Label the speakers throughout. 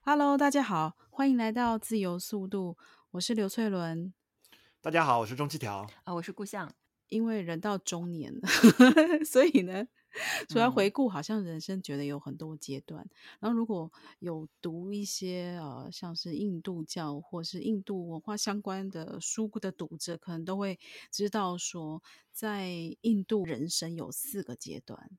Speaker 1: Hello，大家好，欢迎来到自由速度，我是刘翠伦。
Speaker 2: 大家好，我是中七条。
Speaker 3: 啊，我是故乡。
Speaker 1: 因为人到中年了， 所以呢，除了
Speaker 3: 嗯
Speaker 1: 回顾，好像人生觉得有很多阶段。然后如果有读一些呃，像是印度教或是印度文化相关的书的读者，可能都会知道说，在印度人生有四个阶段。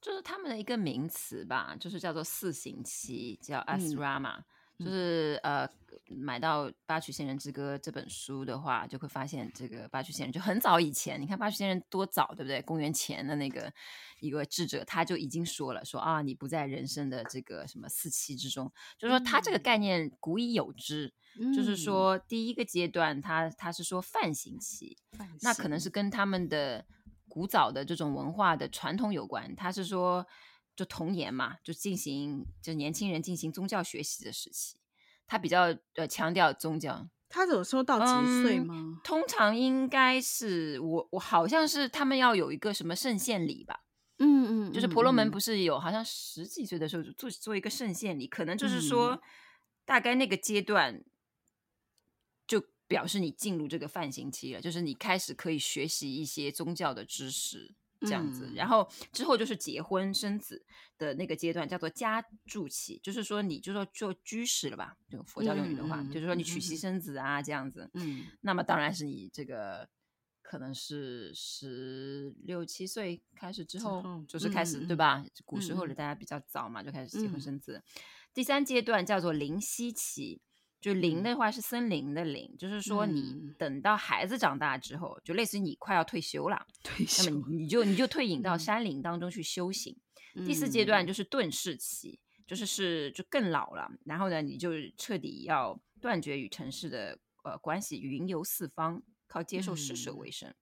Speaker 3: 就是他们的一个名词吧，就是叫做四行期，叫
Speaker 1: 嗯
Speaker 3: asrama，、
Speaker 1: 嗯
Speaker 3: 就是呃，买到《八曲仙人之歌》这本书的话，就会发现这个八曲仙人就很早以前，你看八曲仙人多早，对不对？公元前的那个一个智者，他就已经说了，说啊，你不在人生的这个什么四期之中，就是说他这个
Speaker 1: 嗯
Speaker 3: 概念古已有之，就是
Speaker 1: 嗯，
Speaker 3: 说第一个阶段他，他是说泛行期，
Speaker 1: 反
Speaker 3: 那可能
Speaker 1: 省
Speaker 3: 是跟他们的古早的这种文化的传统有关。他是说，就童颜嘛，就进行就年轻人进行宗教学习的时期，他比较呃强调宗教。
Speaker 1: 他有说到几岁
Speaker 3: 嗯
Speaker 1: 吗？
Speaker 3: 通常应该是我我好像是他们要有一个什么圣献礼吧，
Speaker 1: 嗯嗯，
Speaker 3: 就是
Speaker 1: 嗯
Speaker 3: 婆罗门
Speaker 1: 嗯
Speaker 3: 不是有好像十几岁的时候就做做一个圣献礼，可能就是
Speaker 1: 嗯
Speaker 3: 说大概那个阶段就表示你进入这个泛行期了，就是你开始可以学习一些宗教的知识。这样子，
Speaker 1: 嗯
Speaker 3: 然后之后就是结婚生子的那个阶段，叫做家住期，就是说你就说做居士了吧，就佛教用语的话，
Speaker 1: 嗯嗯
Speaker 3: 就是说你娶
Speaker 1: 嗯
Speaker 3: 妻
Speaker 1: 嗯嗯
Speaker 3: 生子啊，这样子。
Speaker 1: 嗯
Speaker 3: 那么当然是你这个可能是十六七岁开始之
Speaker 1: 之
Speaker 3: 后，
Speaker 1: 后
Speaker 3: 就是开始、
Speaker 1: 嗯嗯
Speaker 3: 对
Speaker 1: 嗯
Speaker 3: 吧？古
Speaker 1: 嗯
Speaker 3: 时候
Speaker 1: 嗯
Speaker 3: 的大家比较早嘛，就开始结
Speaker 1: 嗯
Speaker 3: 婚生子。第三阶段叫做灵犀期，就灵
Speaker 1: 嗯
Speaker 3: 的话是森林的林，就是说你
Speaker 1: 嗯
Speaker 3: 等到孩子长大之后，就类似于你快要退休了，
Speaker 1: 退
Speaker 3: 那
Speaker 1: 休
Speaker 3: 么你就你就退隐到
Speaker 1: 嗯
Speaker 3: 山林当中去修行。第四阶段就是遁世期，就是是就更老了，然后呢，你就彻底要断绝与城市的呃关系，云游四方，靠接受施舍
Speaker 1: 嗯
Speaker 3: 为生，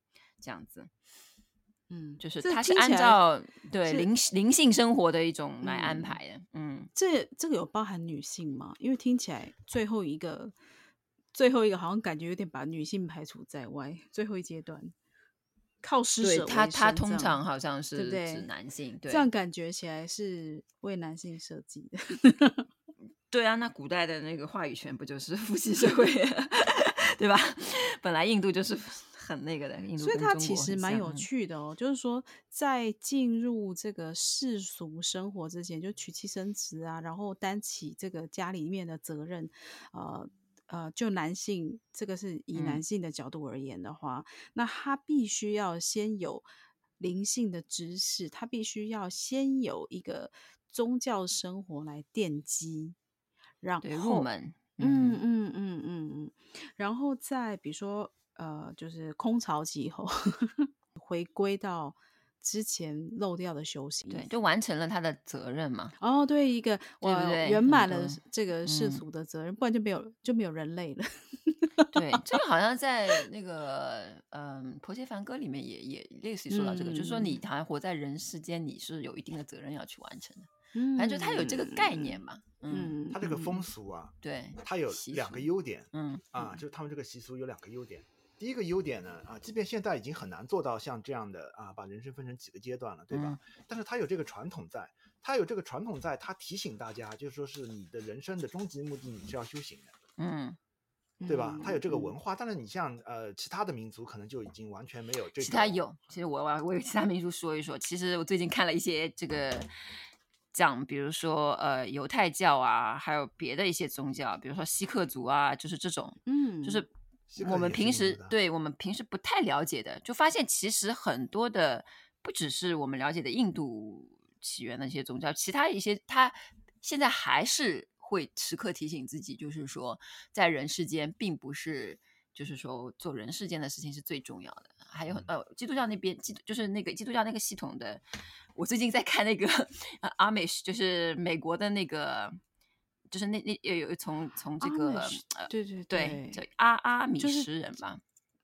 Speaker 3: 这样子，
Speaker 1: 嗯，
Speaker 3: 就是
Speaker 1: 这
Speaker 3: 它是
Speaker 1: 听起
Speaker 3: 按
Speaker 1: 来
Speaker 3: 照对
Speaker 1: 是
Speaker 3: 灵灵性生活的一种来
Speaker 1: 嗯
Speaker 3: 安排的，嗯
Speaker 1: 这这个有包含女性吗？因为听起来最后一个最后一个好像感觉有点把女性排除在外，最后一阶段靠施
Speaker 3: 对
Speaker 1: 舍
Speaker 3: 他，
Speaker 1: 为
Speaker 3: 他
Speaker 1: 生这
Speaker 3: 通
Speaker 1: 样
Speaker 3: 常好像
Speaker 1: 对不
Speaker 3: 是
Speaker 1: 对
Speaker 3: 指男性，对
Speaker 1: 这样感觉起来是为男性设计的。
Speaker 3: 对啊，那古代的那个话语权不就是父系社会， 对吧？本来印度就是很那个的，印度
Speaker 1: 所以
Speaker 3: 跟
Speaker 1: 它
Speaker 3: 中
Speaker 1: 其
Speaker 3: 国
Speaker 1: 实
Speaker 3: 很
Speaker 1: 蛮
Speaker 3: 像
Speaker 1: 有
Speaker 3: 嗯
Speaker 1: 趣的哦，就是说在进入这个世俗生活之前，就娶妻生子啊，然后担起这个家里面的责任，呃。呃，就男性这个是以男
Speaker 3: 嗯
Speaker 1: 性的角度而言的话，那他必须要先有灵性的知识，他必须要先有一个宗教生活来奠基，然
Speaker 3: 对入
Speaker 1: 后
Speaker 3: 门，
Speaker 1: 嗯嗯嗯嗯嗯，然后再比如说呃，就是空巢期以后回归到之前漏掉的休息。
Speaker 3: 对，就完成了他的责任嘛。
Speaker 1: 哦，对，一个我
Speaker 3: 对不对
Speaker 1: 圆
Speaker 3: 很
Speaker 1: 满
Speaker 3: 多
Speaker 1: 了这个世
Speaker 3: 嗯
Speaker 1: 俗的责任，不然就没有就没有人类了。
Speaker 3: 对，这个好像在那个嗯《婆媳梵歌》里面也也类似于说到这个，就是说你
Speaker 2: 嗯
Speaker 3: 好像活在人世间，你是有一定的责任要去完成的。
Speaker 1: 嗯，
Speaker 3: 反正就他有这个概念
Speaker 1: 嗯，
Speaker 3: 嘛。嗯，
Speaker 1: 嗯，
Speaker 2: 它这个
Speaker 1: 嗯
Speaker 2: 风，俗啊，
Speaker 3: 对，
Speaker 2: 它有
Speaker 3: 习
Speaker 2: 两个
Speaker 3: 俗
Speaker 2: 优点
Speaker 3: 嗯
Speaker 2: 啊，
Speaker 1: 嗯
Speaker 2: 就是他们这个习俗有两个优点。第一个优点呢，啊，即便现在已经很难做到像这样的啊，把人生分成几个阶段了，对
Speaker 3: 嗯
Speaker 2: 吧？但是它有这个传统在，它有这个传统在，它提醒大家，就是说是你的人生的终极目的，你是要修行的。
Speaker 3: 嗯，
Speaker 2: 对吧？它有这个
Speaker 1: 嗯
Speaker 2: 文化，但是你像呃其他的民族，可能就已经完全没有这个。
Speaker 3: 其他有，其实我我我有其他民族说一说。其实我最近看了一些这个讲，比如说呃犹太教啊，还有别的一些宗教，比如说锡克族啊，就是这种，
Speaker 1: 嗯，
Speaker 3: 就是
Speaker 2: 西
Speaker 3: 我
Speaker 2: 克
Speaker 3: 们
Speaker 2: 也是
Speaker 3: 平
Speaker 2: 民
Speaker 3: 时
Speaker 2: 族的
Speaker 3: 对我们平时不太了解的，就发现其实很多的不只是我们了解的印度起源的一些宗教，其他一些它现在还是会时刻提醒自己，就是说在人世间并不是。就是说，做人世间的事情是最重要的。还有很，
Speaker 2: 嗯
Speaker 3: 呃，基督教那边，基督就是那个基督教那个系统的，我最近在看那个 呃阿美什，就是美国的那个，就是那那有有从从这
Speaker 1: 阿美
Speaker 3: 个
Speaker 1: 什
Speaker 3: 呃
Speaker 1: 对对
Speaker 3: 对，叫
Speaker 1: 对，
Speaker 3: 阿阿米
Speaker 1: 就是
Speaker 3: 什人吧。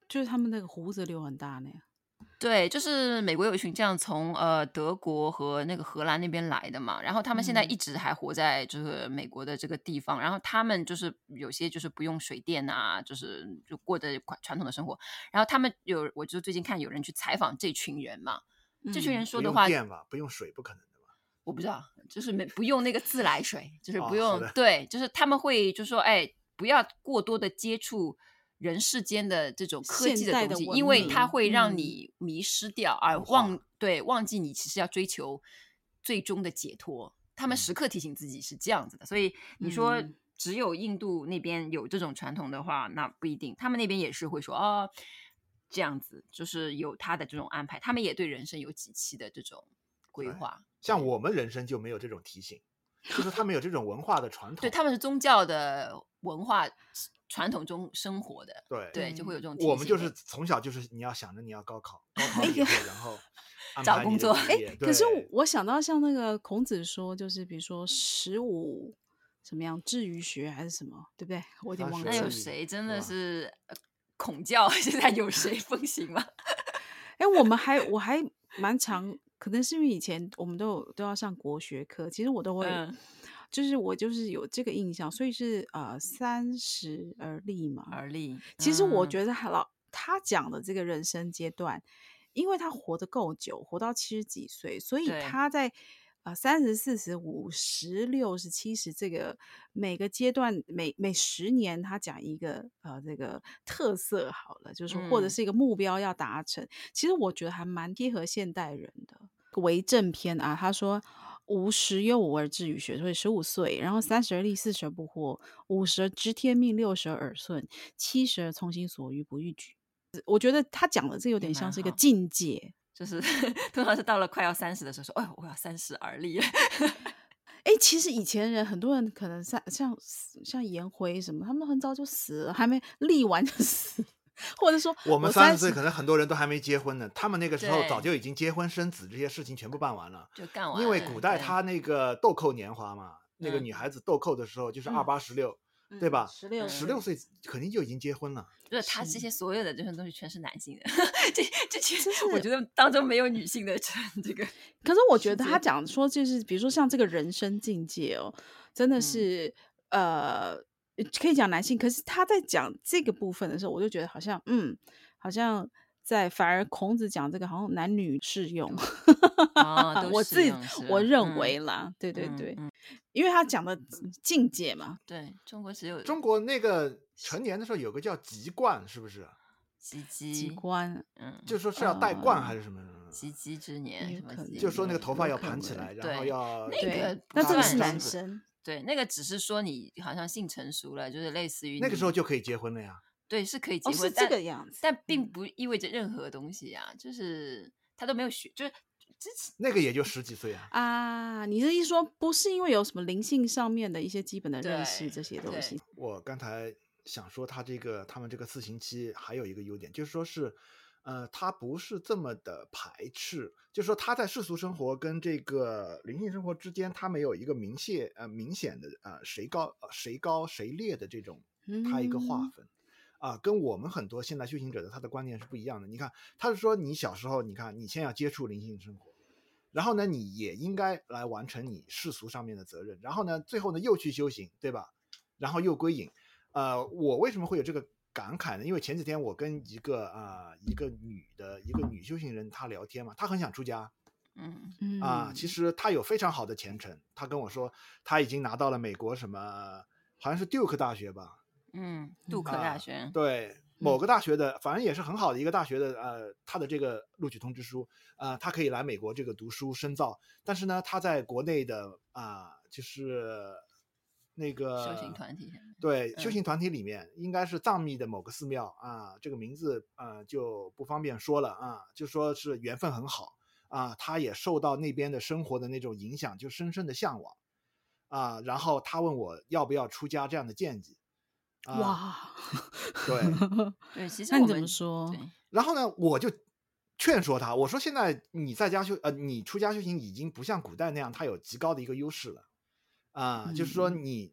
Speaker 1: 就是他们那个胡子留很大那样。
Speaker 3: 对，就是美国有一群这样从呃德国和那个荷兰那边来的嘛，然后他们现在
Speaker 1: 嗯
Speaker 3: 一直还活在就是美国的这个地方，然后他们就是有些就是不用水电啊，就是就过着传传统的生活，然后他们有我就最近看有人去采访这群人嘛，这群人
Speaker 1: 嗯
Speaker 3: 说
Speaker 2: 不
Speaker 3: 的
Speaker 2: 用
Speaker 3: 话
Speaker 2: 电吧，不用水，不可能的吧？
Speaker 3: 我不知道，就是没不用那个自来水，就是
Speaker 2: 哦
Speaker 3: 不
Speaker 2: 好
Speaker 3: 用、
Speaker 2: 的
Speaker 3: 对，就是他们会就说，哎，不要过多的接触人世间的这种科
Speaker 1: 现
Speaker 3: 技
Speaker 1: 代的
Speaker 3: 东西，
Speaker 1: 文
Speaker 3: 因为
Speaker 1: 明
Speaker 3: 它会让
Speaker 1: 嗯
Speaker 3: 你迷失掉，而
Speaker 2: 文化
Speaker 3: 忘对忘记你其实要追求最终的解脱。他
Speaker 2: 嗯
Speaker 3: 们时刻提醒自己是这样子的，所以你说
Speaker 1: 嗯
Speaker 3: 只有印度那边有这种传统的话，那不一定，他们那边也是会说哦，这样子就是有他的这种安排，他们也对人生有几期的这种规
Speaker 2: 对
Speaker 3: 划。
Speaker 2: 像我们人生就没有这种提醒，就是他们有这种文化的传统。
Speaker 3: 对，他们是宗教的文化传统中生活的，
Speaker 2: 对
Speaker 3: 对，就会有这种提
Speaker 2: 我们就
Speaker 3: 醒
Speaker 2: 是从小就是你要想着你要高考，高考以后然后安
Speaker 3: 找
Speaker 2: 排
Speaker 3: 工
Speaker 2: 你的
Speaker 3: 作
Speaker 2: 职
Speaker 1: 哎
Speaker 2: 业，
Speaker 1: 可是
Speaker 2: 对
Speaker 1: 我我想到像那个孔子说，就是比如说十五什么样至于学还是什么，对不对？我有点忘
Speaker 2: 35
Speaker 1: 记
Speaker 3: 那有
Speaker 1: 了。
Speaker 3: 谁真
Speaker 2: 对
Speaker 3: 的
Speaker 2: 吧
Speaker 3: 是呃孔教？ 现在有谁风行吗？
Speaker 1: 哎、我们还我还蛮常，可能是因为以前我们都有都要上国学课，其实我都会，
Speaker 3: 嗯
Speaker 1: 就是我就是有这个印象，所以是呃三十而立嘛。
Speaker 3: 而立。
Speaker 1: 其实我
Speaker 3: 得
Speaker 1: 觉得他老他讲的这个人生阶段，因为他活得够久，活到七十几岁，所以
Speaker 3: 对
Speaker 1: 他在啊三十四十五十六十七十这个每个阶段每每十年他讲一个呃这个特色好了，就是说或者
Speaker 3: 嗯
Speaker 1: 是一个目标要达成，其实我觉得还蛮贴合现代人的。为政篇啊，他说吾十有五而志于学，所以十五岁，然后三十而立，四十而不惑，五十而知天命，六十而耳顺，七十而从心所欲不逾矩。呃我觉得他讲的这有点像
Speaker 3: 蛮
Speaker 1: 是一个
Speaker 3: 好
Speaker 1: 境界。
Speaker 3: 就是 通常是到了快要三十的时候说，哎，我要三十而立了。
Speaker 1: 哎，其实以前人很多人可能像像像颜回什么，他们都很早就死了，还没立完就 死，或者说
Speaker 2: 我们三
Speaker 1: 三
Speaker 2: 十岁可能很多人都还没结婚呢，他们那个时候早
Speaker 3: 对
Speaker 2: 就已经结婚生子这些事情全部办完了，
Speaker 3: 就干完了。
Speaker 2: 因为古代
Speaker 3: 对
Speaker 2: 他那个豆蔻年华嘛，那个
Speaker 3: 嗯
Speaker 2: 女孩子豆蔻的时候就是
Speaker 1: 嗯
Speaker 2: 二八十六，对吧
Speaker 1: 十六
Speaker 3: 嗯
Speaker 2: 十六岁肯定就已经结婚了。
Speaker 3: 就是他这
Speaker 1: 是
Speaker 3: 些所有的这些东西全是男性的， 这这些
Speaker 1: 就是
Speaker 3: 我觉得当中没有女性的这这个。
Speaker 1: 可是我觉得
Speaker 3: 界
Speaker 1: 他讲说，就是比如说像这个人生境界哦，真的
Speaker 3: 嗯
Speaker 1: 是、呃，可以讲男性。可是他在讲这个部分的时候，我就觉得好像嗯，好像在反而孔子讲这个好像男女适用。
Speaker 3: 啊 都
Speaker 1: 我
Speaker 3: 是
Speaker 1: 自己
Speaker 3: 这样是吧
Speaker 1: 我认
Speaker 3: 嗯
Speaker 1: 为啦，对对
Speaker 3: 嗯
Speaker 1: 对，
Speaker 3: 嗯
Speaker 1: 因为他讲的境界嘛，
Speaker 3: 对中国只有
Speaker 2: 中国那个成年的时候有个叫籍贯，是不是？
Speaker 3: 及
Speaker 1: 极
Speaker 3: 笄，
Speaker 1: 观
Speaker 3: 嗯，
Speaker 2: 就是说是要戴冠
Speaker 1: 嗯
Speaker 2: 还是什么什么什么？
Speaker 3: 及笄之年
Speaker 1: 也
Speaker 3: 什么
Speaker 1: 可
Speaker 3: 及
Speaker 1: 能
Speaker 2: 就说那个
Speaker 1: 嗯
Speaker 2: 头发
Speaker 1: 有
Speaker 2: 要
Speaker 1: 可
Speaker 2: 盘起
Speaker 1: 能
Speaker 2: 来，然后
Speaker 3: 对
Speaker 2: 要
Speaker 3: 那
Speaker 2: 对
Speaker 1: 对
Speaker 3: 个不，
Speaker 1: 那这个
Speaker 3: 算
Speaker 1: 是
Speaker 3: 是
Speaker 1: 男
Speaker 2: 不是
Speaker 1: 生，
Speaker 3: 对，那个只是说你好像性成熟了，就是类似于
Speaker 2: 那个时候
Speaker 3: 你
Speaker 2: 就可以结婚了呀。
Speaker 3: 对是可以结
Speaker 1: 哦，
Speaker 3: 婚，
Speaker 1: 是这
Speaker 3: 但
Speaker 1: 个样子，
Speaker 3: 但并
Speaker 1: 嗯
Speaker 3: 不意味着任何东西啊，就是他都没有学，就是之前
Speaker 2: 那个也就十几岁啊。
Speaker 1: 啊，你这一说，不是因为有什么灵性上面的一些基本的认识
Speaker 3: 对
Speaker 1: 这些东
Speaker 3: 对
Speaker 1: 西，
Speaker 2: 我刚才想说，他这个他们这个四行期还有一个优点，就是说是，呃，他不是这么的排斥，就是说他在世俗生活跟这个灵性生活之间，他没有一个明显呃明显的呃谁高呃谁高谁劣的这种他一个划
Speaker 1: 嗯
Speaker 2: 分。啊，跟我们很多现代修行者的他的观念是不一样的。你看，他是说你小时候，你看你先要接触灵性生活，然后呢，你也应该来完成你世俗上面的责任，然后呢，最后呢又去修行，对吧？然后又归隐。呃，我为什么会有这个感慨呢？因为前几天我跟一个啊、一个女的一个女修行人她聊天嘛，她很想出家
Speaker 3: 嗯
Speaker 1: 嗯
Speaker 2: 啊、其实她有非常好的前程，她跟我说她已经拿到了美国什么，好像是 Duke 大学吧，
Speaker 3: 嗯，杜克
Speaker 2: 啊
Speaker 3: 大学，
Speaker 2: 对，某
Speaker 3: 嗯
Speaker 2: 个大学的，反正也是很好的一个大学的，呃，他的这个录取通知书，呃，他可以来美国这个读书深造，但是呢，他在国内的啊、就是那个
Speaker 3: 修行团体，
Speaker 2: 对修
Speaker 3: 嗯
Speaker 2: 行团体里面，应该是藏密的某个寺庙啊，这个名字啊就不方便说了啊，就说是缘分很好啊，他也受到那边的生活的那种影响，就深深的向往啊。然后他问我要不要出家这样的见解，啊、，
Speaker 1: 哇，
Speaker 2: 对，
Speaker 3: 对，其实
Speaker 1: 那你
Speaker 3: 我
Speaker 1: 怎
Speaker 3: 们
Speaker 1: 么说
Speaker 3: 对
Speaker 2: 然后呢，我就劝说他，我说现在你在家修，呃，你出家修行已经不像古代那样，它有极高的一个优势了，啊、就是说
Speaker 3: 嗯
Speaker 2: 你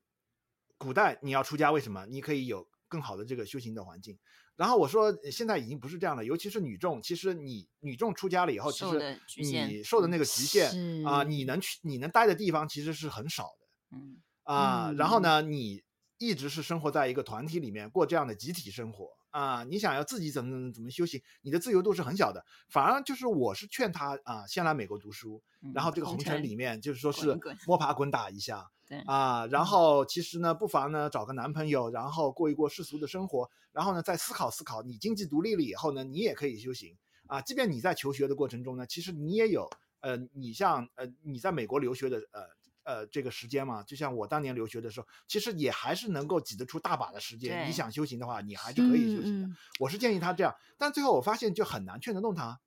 Speaker 2: 古代你要出家，为什么？你可以有更好的这个修行的环境。然后我说呃现在已经不是这样了，尤其是女众，其实你女众出家了以后，其
Speaker 3: 受的
Speaker 2: 实
Speaker 3: 局限
Speaker 2: 你受的那个局限啊、
Speaker 1: 是
Speaker 2: 你能去你能待的地方其实是很少的
Speaker 3: 嗯
Speaker 2: 啊、然后
Speaker 1: 嗯
Speaker 2: 呢，你一直是生活在一个团体里面过这样的集体生活啊、你想要自己怎么怎么怎么修行，你的自由度是很小的。反而就是我是劝他啊、先来美国读书，然后这个
Speaker 3: 嗯红
Speaker 2: 红
Speaker 3: 尘
Speaker 2: 尘里面就是说是
Speaker 3: 滚滚
Speaker 2: 摸爬滚打一下
Speaker 3: 对嗯
Speaker 2: 啊，然后其实呢，不妨呢找个男朋友，然后过一过世俗的生活，然后呢再思考思考，你经济独立了以后呢，你也可以修行啊。即便你在求学的过程中呢，其实你也有呃，你像呃你在美国留学的呃。呃，这个时间嘛，就像我当年留学的时候，其实也还是能够挤得出大把的时间。
Speaker 3: 对
Speaker 2: 你想修行的话，你还是
Speaker 1: 嗯
Speaker 2: 可以修行的。
Speaker 1: 嗯
Speaker 2: 我是建议他这样，但最后我发现就很难劝得动他。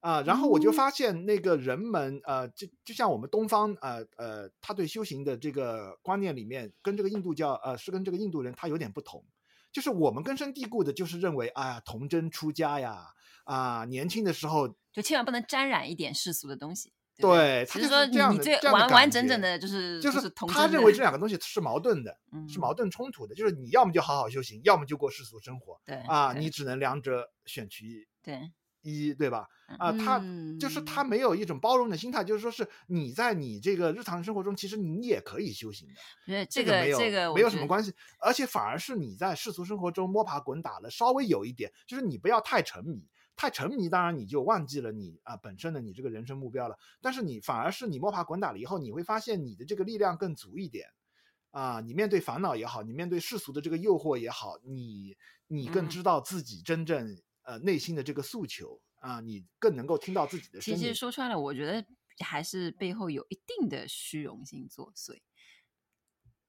Speaker 2: 啊，然后我
Speaker 3: 嗯
Speaker 2: 就
Speaker 1: 哦
Speaker 2: 发现那个人们，呃，就就像我们东方，呃呃，他对修行的这个观念里面，跟这个印度教，呃，是跟这个印度人他有点不同。就是我们根深蒂固的，就是认为，啊，童真出家呀，啊，年轻的时候，
Speaker 3: 就千万不能沾染一点世俗的东西。不
Speaker 2: 对，他
Speaker 3: 只
Speaker 2: 就是
Speaker 3: 说
Speaker 2: 这样
Speaker 3: 你
Speaker 2: 的
Speaker 3: 最
Speaker 2: 这样的
Speaker 3: 完
Speaker 2: 感
Speaker 3: 完整
Speaker 2: 觉
Speaker 3: 整的就是
Speaker 2: 就是
Speaker 3: 同
Speaker 2: 他
Speaker 3: 真
Speaker 2: 认
Speaker 3: 的
Speaker 2: 为这两个东西是矛盾的，是矛
Speaker 3: 嗯
Speaker 2: 盾冲突的，就是你要么就好好修行，要么就过世俗生活
Speaker 3: 对
Speaker 2: 啊，
Speaker 3: 对
Speaker 2: 你只能两者选其
Speaker 3: 对
Speaker 2: 一，对吧？啊，他就是他
Speaker 1: 嗯
Speaker 2: 没有一种包容的心态，就是说是你在你这个日常生活中，其实你也可以修行的，
Speaker 3: 我觉得
Speaker 2: 这
Speaker 3: 这个
Speaker 2: 没有
Speaker 3: 这个
Speaker 2: 没有什么
Speaker 3: 系。
Speaker 2: 关系，而且反而是你在世俗生活中摸爬滚打了，稍微有一点，就是你不要太沉迷。太沉迷，当然你就忘记了你啊本身的你这个人生目标了。但是你反而是你摸爬滚打了以后，你会发现你的这个力量更足一点，啊，你面对烦恼也好，你面对世俗的这个诱惑也好，你你更
Speaker 3: 嗯
Speaker 2: 知道自己真正、呃内心的这个诉求啊，你更能够听到自己的声
Speaker 3: 其
Speaker 2: 音。
Speaker 3: 实说穿了，我觉得还是背后有一定的虚荣心作祟，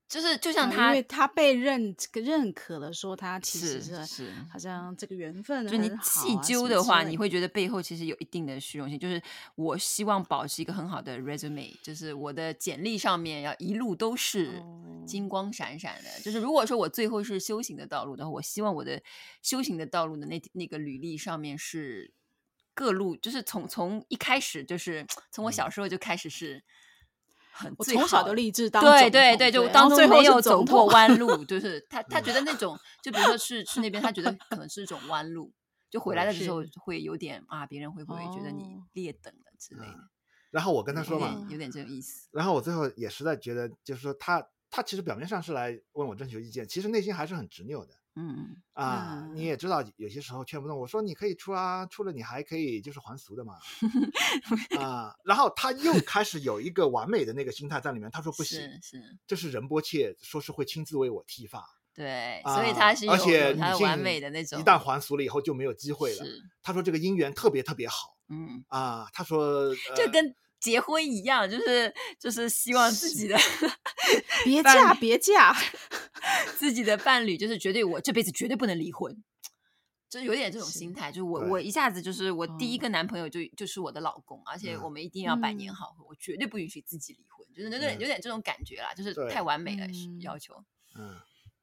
Speaker 3: 就是就像
Speaker 1: 啊
Speaker 3: 他
Speaker 1: 因为他被认认可了，说他其实
Speaker 3: 是
Speaker 1: 是
Speaker 3: 是
Speaker 1: 好像这个缘分
Speaker 3: 就你
Speaker 1: 很好
Speaker 3: 细
Speaker 1: 啊什
Speaker 3: 究
Speaker 1: 么
Speaker 3: 的
Speaker 1: 之
Speaker 3: 话，
Speaker 1: 类
Speaker 3: 你会觉得背后其实有一定的虚荣心。就是我希望保持一个很好的 resume，就是我的简历上面要一路都是
Speaker 1: 哦
Speaker 3: 金光闪闪的。就是如果说我最后是修行的道路的话，我希望我的修行的道路的那那个履历上面是各路，就是从从一开始就是从我小时候就开始是很
Speaker 1: 嗯我
Speaker 3: 最
Speaker 1: 从小
Speaker 3: 好
Speaker 1: 就
Speaker 3: 的
Speaker 1: 立志当
Speaker 3: 对
Speaker 1: 总
Speaker 3: 对
Speaker 1: 统
Speaker 3: 对，就
Speaker 1: 然
Speaker 3: 当
Speaker 1: 后最
Speaker 3: 中
Speaker 1: 后
Speaker 3: 没
Speaker 1: 是
Speaker 3: 有走
Speaker 1: 总
Speaker 3: 过
Speaker 1: 统
Speaker 3: 弯 路，就是他他觉得那种，就比如说去去那边，他觉得可能是一种弯路，就回来的时候
Speaker 1: 是
Speaker 3: 会有点啊，别人会不会觉得你
Speaker 1: 哦
Speaker 3: 劣等了之类的，
Speaker 2: 然后我跟他嗯
Speaker 3: 有
Speaker 2: 说嘛，
Speaker 3: 点有点这种意思，
Speaker 2: 然后我最后也实在觉得，就是说他他其实表面上是来问我征求意见，其实内心还是很执拗的。
Speaker 3: 嗯，
Speaker 2: 啊，
Speaker 1: 嗯
Speaker 2: 你也知道，有些时候劝不动。我说你可以出啊，出了你还可以就是还俗的 嘛，啊，然后他又开始有一个完美的那个心态在里面。他说不行
Speaker 3: 是，是，
Speaker 2: 这是仁波切说是会亲自为我剃发，
Speaker 3: 对，
Speaker 2: 啊、
Speaker 3: 所以他是有
Speaker 2: 而且
Speaker 3: 有
Speaker 2: 女
Speaker 3: 他
Speaker 2: 性
Speaker 3: 完美的那种，
Speaker 2: 一旦还俗了以后就没有机会了。
Speaker 3: 是，
Speaker 2: 他说这个姻缘特别特别好
Speaker 3: 嗯，
Speaker 2: 啊，他说
Speaker 3: 就
Speaker 2: 呃
Speaker 3: 跟结婚一样，就是就是希望自己的
Speaker 1: 别
Speaker 3: 伴
Speaker 1: 嫁
Speaker 3: 侣
Speaker 1: 别嫁，
Speaker 3: 自己的伴侣就是绝对我这辈子绝对不能离婚，就是有点这种
Speaker 1: 是
Speaker 3: 心态，就是嗯我
Speaker 2: 对
Speaker 3: 我一下子就是我第一
Speaker 1: 哦
Speaker 3: 个男朋友就、就是我的老公，而且
Speaker 2: 嗯
Speaker 3: 我们一定要百年
Speaker 1: 嗯
Speaker 3: 好合，我绝对不允许自己离婚，就是有点、
Speaker 2: 嗯
Speaker 3: 有点这种感觉啦，就是
Speaker 2: 对
Speaker 3: 太完美了、
Speaker 1: 嗯
Speaker 3: 要求，
Speaker 2: 嗯，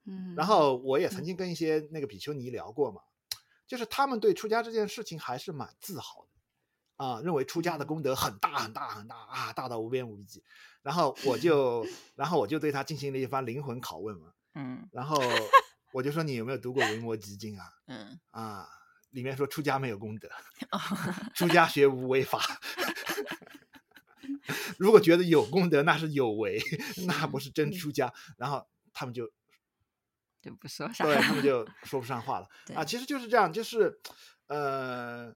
Speaker 1: 嗯，
Speaker 2: 然后我也曾经跟一些那个比丘尼聊过嘛，就是他们对出家这件事情还是蛮自豪的啊，认为出家
Speaker 1: 嗯
Speaker 2: 的功德很大很大很大啊，大到无边无际。然后 我就，然后我就对他进行了一番灵魂拷问嘛，
Speaker 3: 嗯
Speaker 2: 然后我就说你有没有读过《维摩诘经》啊？
Speaker 3: 嗯，
Speaker 2: 啊，里面说出家没有功德，
Speaker 1: 哦
Speaker 2: 出家学无为法。 如果觉得有功德，那是有为， 那不是真出
Speaker 1: 嗯
Speaker 2: 家。然后他们就
Speaker 3: 就不说啥，
Speaker 2: 对他们就说不上话了
Speaker 3: 对
Speaker 2: 啊。其实就是这样，就是呃，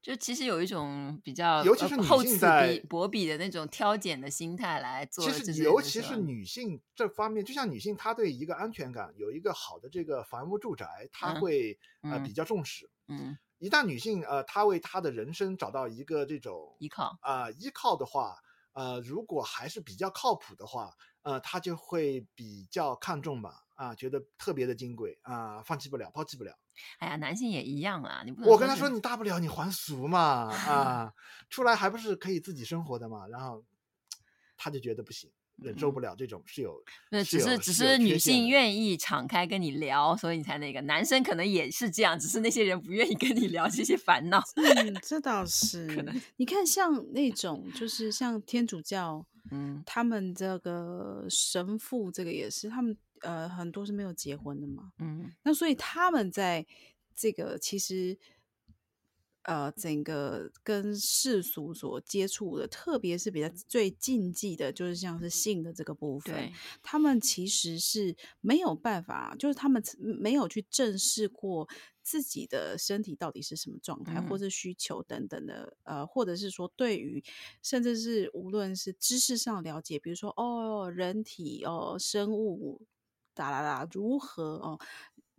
Speaker 3: 就其实有一种比较
Speaker 2: 尤其
Speaker 3: 呃
Speaker 2: 是女
Speaker 3: 厚
Speaker 2: 性
Speaker 3: 此
Speaker 2: 在
Speaker 3: 比薄彼的那种挑拣的心态来做
Speaker 2: 其
Speaker 3: 这些东
Speaker 2: 实
Speaker 3: 西吧，
Speaker 2: 尤其是女性这方面，就像女性她对一个安全感有一个好的这个房屋住宅，她
Speaker 3: 嗯
Speaker 2: 会、呃
Speaker 3: 嗯
Speaker 2: 比较重视。
Speaker 3: 嗯
Speaker 2: 一旦女性呃她为她的人生找到一个这种
Speaker 3: 依靠，
Speaker 2: 啊、依靠的话，呃，如果还是比较靠谱的话，呃，他就会比较看重吧，啊、觉得特别的金贵啊、放弃不了，抛弃不了。
Speaker 3: 哎呀，男性也一样啊，你不能
Speaker 2: 我跟他
Speaker 3: 是
Speaker 2: 说，你大不了你还俗嘛， 啊，出来还不是可以自己生活的嘛。然后他就觉得不行，忍受
Speaker 3: 嗯
Speaker 2: 不了这种是有，
Speaker 3: 对，只
Speaker 1: 哦
Speaker 2: 是
Speaker 3: 是
Speaker 2: 有
Speaker 3: 只
Speaker 2: 是有
Speaker 3: 是女
Speaker 2: 缺陷
Speaker 3: 性
Speaker 2: 的
Speaker 3: 愿意敞开跟你聊，所以你才那个。男生可能也是这样，只是那些人不愿意跟你聊这些烦恼。
Speaker 1: 嗯，这 倒是
Speaker 3: 能。
Speaker 1: 你看，像那种就是像天主教，
Speaker 3: 嗯，
Speaker 1: 他们这个神父，这个也是他们呃很多是没有结婚的嘛。
Speaker 3: 嗯
Speaker 1: 那所以他们在这个其实呃整个跟世俗所接触的，特别是比较最禁忌的，就是像是性的这个部分
Speaker 3: 对，，
Speaker 1: 他们其实是没有办法，就是他们没有去正视过自己的身体到底是什么状态，或
Speaker 3: 嗯
Speaker 1: 是需求等等的，呃，或者是说对于甚至是无论是知识上了解，比如说哦，人体哦，生物哒啦啦如何哦。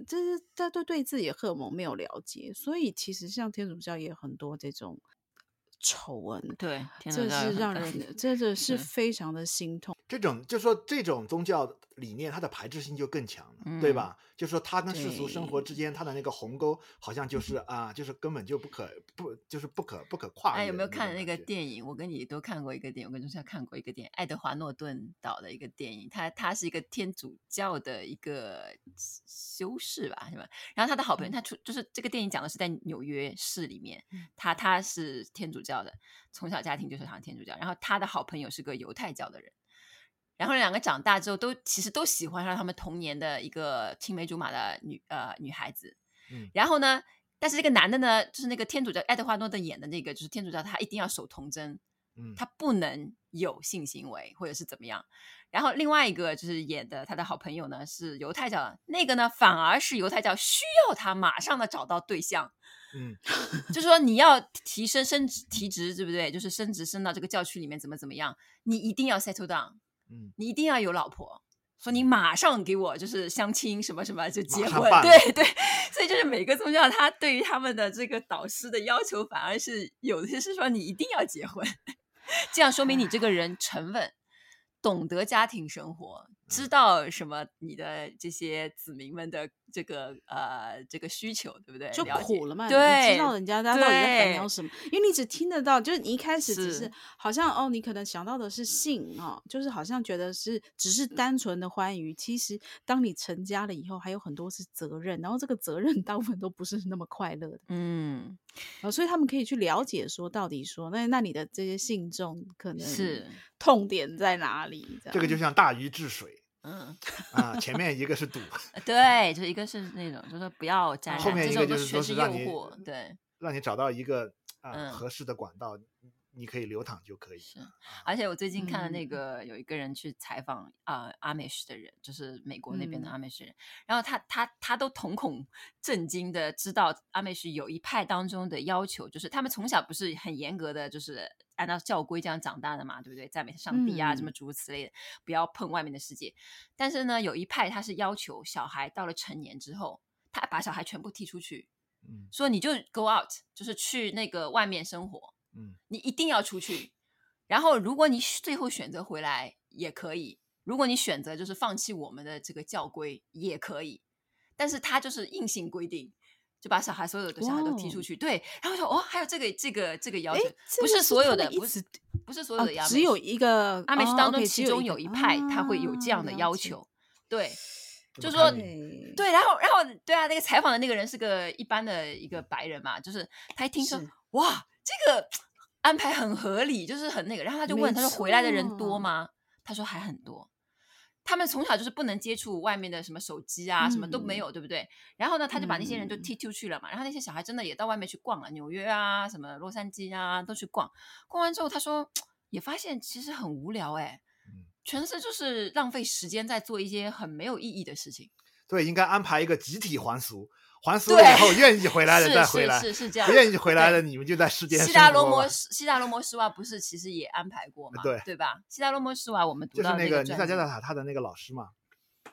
Speaker 1: 这是他对对自己的荷尔蒙没有了解，所以其实像天主教也有很多这种丑闻，
Speaker 3: 对，天主
Speaker 1: 这
Speaker 3: 教
Speaker 1: 是
Speaker 3: 很
Speaker 1: 让
Speaker 3: 大
Speaker 1: 人真 的是
Speaker 3: 嗯
Speaker 1: 非常的心痛。
Speaker 2: 这种就说这种宗教理念，它的排斥性就更强了，对
Speaker 3: 嗯
Speaker 2: 吧？就说它跟世俗生活
Speaker 1: 对
Speaker 2: 之间，它的那个鸿沟好像 就是啊，就是根本就不可不就是不可不可跨越。
Speaker 3: 哎，有没有看那个？电影？我跟你都看过一个电影，我跟钟夏看过一个电影，爱德华诺顿导的一个电影。他他是一个天主教的一个修士吧，是吧？然后他的好
Speaker 2: 嗯
Speaker 3: 朋友，他出就是这个电影讲的是在纽约市里面，他他是天主教的，从小家庭就是好像天主教。然后他的好朋友是个犹太教的人，然后两个长大之后都其实都喜欢上他们童年的一个青梅竹马的女呃女孩子，
Speaker 2: 嗯
Speaker 3: 然后呢，但是这个男的呢，就是那个天主教爱德华诺顿演的那个，就是天主教他一定要守童贞，
Speaker 2: 嗯，
Speaker 3: 他不能有性行为或者是怎么样。然后另外一个就是演的他的好朋友呢是犹太教的，那个呢反而是犹太教需要他马上的找到对象，
Speaker 2: 嗯
Speaker 3: 就说你要提升升职提职，对不对？就是升职升到这个教区里面怎么怎么样，你一定要 settle down，
Speaker 2: 嗯，
Speaker 3: 你一定要有老婆，说你马上给我就是相亲什么什么就结
Speaker 2: 上
Speaker 3: 婚，
Speaker 2: 办
Speaker 3: 对对，所以就是每个宗教他对于他们的这个导师的要求，反而是有的是说你一定要结婚， 这样说明你这个人沉稳，懂得家庭生活，知
Speaker 2: 嗯
Speaker 3: 道什么你的这些子民们的这个呃这个需求，对不对？
Speaker 1: 就
Speaker 3: 了解
Speaker 1: 苦了嘛，你
Speaker 3: 对，
Speaker 1: 知道人家大家到底在烦
Speaker 3: 对
Speaker 1: 恼什么，因为你只听得到，就是你一开始只是
Speaker 3: 是
Speaker 1: 好像哦，你可能想到的是性哦，就是好像觉得是只是单纯的欢愉，其实当你成家了以后，还有很多是责任，然后这个责任 大部分都不是那么快乐的，
Speaker 3: 嗯，
Speaker 1: 呃，所以他们可以去了解说到底说那那你的这些信众可能
Speaker 3: 是，
Speaker 1: 痛点在哪里，
Speaker 2: 这个就
Speaker 1: 样
Speaker 2: 像大禹治水
Speaker 3: 嗯，呃
Speaker 2: 啊，前面一个是堵，
Speaker 3: 对，就一个是那种，就是不要沾染，
Speaker 2: 后面一
Speaker 3: 这
Speaker 2: 个
Speaker 3: 种
Speaker 2: 就
Speaker 3: 都
Speaker 2: 是
Speaker 3: 全
Speaker 2: 说
Speaker 3: 是
Speaker 2: 是
Speaker 3: 诱
Speaker 2: 让你
Speaker 3: 惑，对。
Speaker 2: 让你找到一个啊
Speaker 3: 嗯
Speaker 2: 合适的管道，你你可以流淌就可以。
Speaker 3: 是而且我最近看了那
Speaker 1: 嗯
Speaker 3: 个、有一个人去采访啊、呃阿美什的人，就是美国那边的
Speaker 1: 嗯
Speaker 3: 阿美什人，然后他他他都瞳孔震惊的知道阿美什有一派当中的要求，就是他们从小不是很严格的，就是按照教规这样长大的嘛，对不对？赞美上帝啊，什么
Speaker 1: 嗯
Speaker 3: 诸如此类的，不要碰外面的世界。但是呢，有一派他是要求小孩到了成年之后，他把小孩全部踢出去，
Speaker 2: 嗯
Speaker 3: 说你就 go out，就是去那个外面生活。
Speaker 2: 嗯
Speaker 3: 你一定要出去。然后，如果你选最后选择回来也可以，如果你选择就是放弃我们的这个教规也可以，但是他就是硬性规定。就把小孩所有的小孩都踢出
Speaker 1: 哇哦
Speaker 3: 去，对，然后说哦，还有这个这个这个要
Speaker 1: 诶
Speaker 3: 求，
Speaker 1: 这
Speaker 3: 不
Speaker 1: 个
Speaker 3: 是
Speaker 1: 是
Speaker 3: 所
Speaker 1: 他
Speaker 3: 有
Speaker 1: 们
Speaker 3: 的，
Speaker 1: 一
Speaker 3: 不是
Speaker 1: 直
Speaker 3: 不是所有
Speaker 1: 哦
Speaker 3: 的亚，
Speaker 1: 只
Speaker 3: 美
Speaker 1: 有
Speaker 3: 士
Speaker 1: 一个
Speaker 3: 阿美士
Speaker 1: 哦
Speaker 3: 当中
Speaker 1: ，OK，只
Speaker 3: 其
Speaker 1: 有
Speaker 3: 中
Speaker 1: 一
Speaker 3: 有
Speaker 1: 个
Speaker 3: 一派他会有这样的
Speaker 1: 啊
Speaker 3: 要
Speaker 1: 了解
Speaker 3: 求，对，
Speaker 2: 这么
Speaker 3: 就说
Speaker 2: 开明
Speaker 1: 对
Speaker 3: 对，然后然后对啊，那个采访的那个人是个一般的一个白人嘛，就是他一听说
Speaker 1: 是
Speaker 3: 哇，这个安排很合理，就是很那个，然后他就问
Speaker 1: 没
Speaker 3: 他说回来的人多
Speaker 1: 错
Speaker 3: 吗？他说还很多。他们从小就是不能接触外面的什么手机啊，什么都没有，对不对？然后呢，他就把那些人就
Speaker 1: 嗯
Speaker 3: 踢出去了嘛。然后那些小孩真的也到外面去逛了，纽约啊，什么洛杉矶啊，都去逛。逛完之后，他说也发现其实很无聊、哎
Speaker 2: 嗯，
Speaker 3: 全是就是浪费时间在做一些很没有意义的事情。
Speaker 2: 对，应该安排一个集体还俗，还俗
Speaker 3: 对
Speaker 2: 以后愿意回来的
Speaker 3: 是
Speaker 2: 再回来，
Speaker 3: 是是是这样。
Speaker 2: 不愿意回来
Speaker 3: 对
Speaker 2: 的你们就在世界
Speaker 3: 悉
Speaker 2: 生
Speaker 3: 达罗
Speaker 2: 活
Speaker 3: 摩
Speaker 2: 吧。
Speaker 3: 斯悉达罗摩斯瓦不是其实也安排过嘛，
Speaker 2: 对
Speaker 3: 吧？悉达罗摩斯瓦我们读
Speaker 2: 就是
Speaker 3: 到
Speaker 2: 那
Speaker 3: 个
Speaker 2: 个尼
Speaker 3: 传
Speaker 2: 萨加
Speaker 3: 记
Speaker 2: 达塔他的那个老师嘛，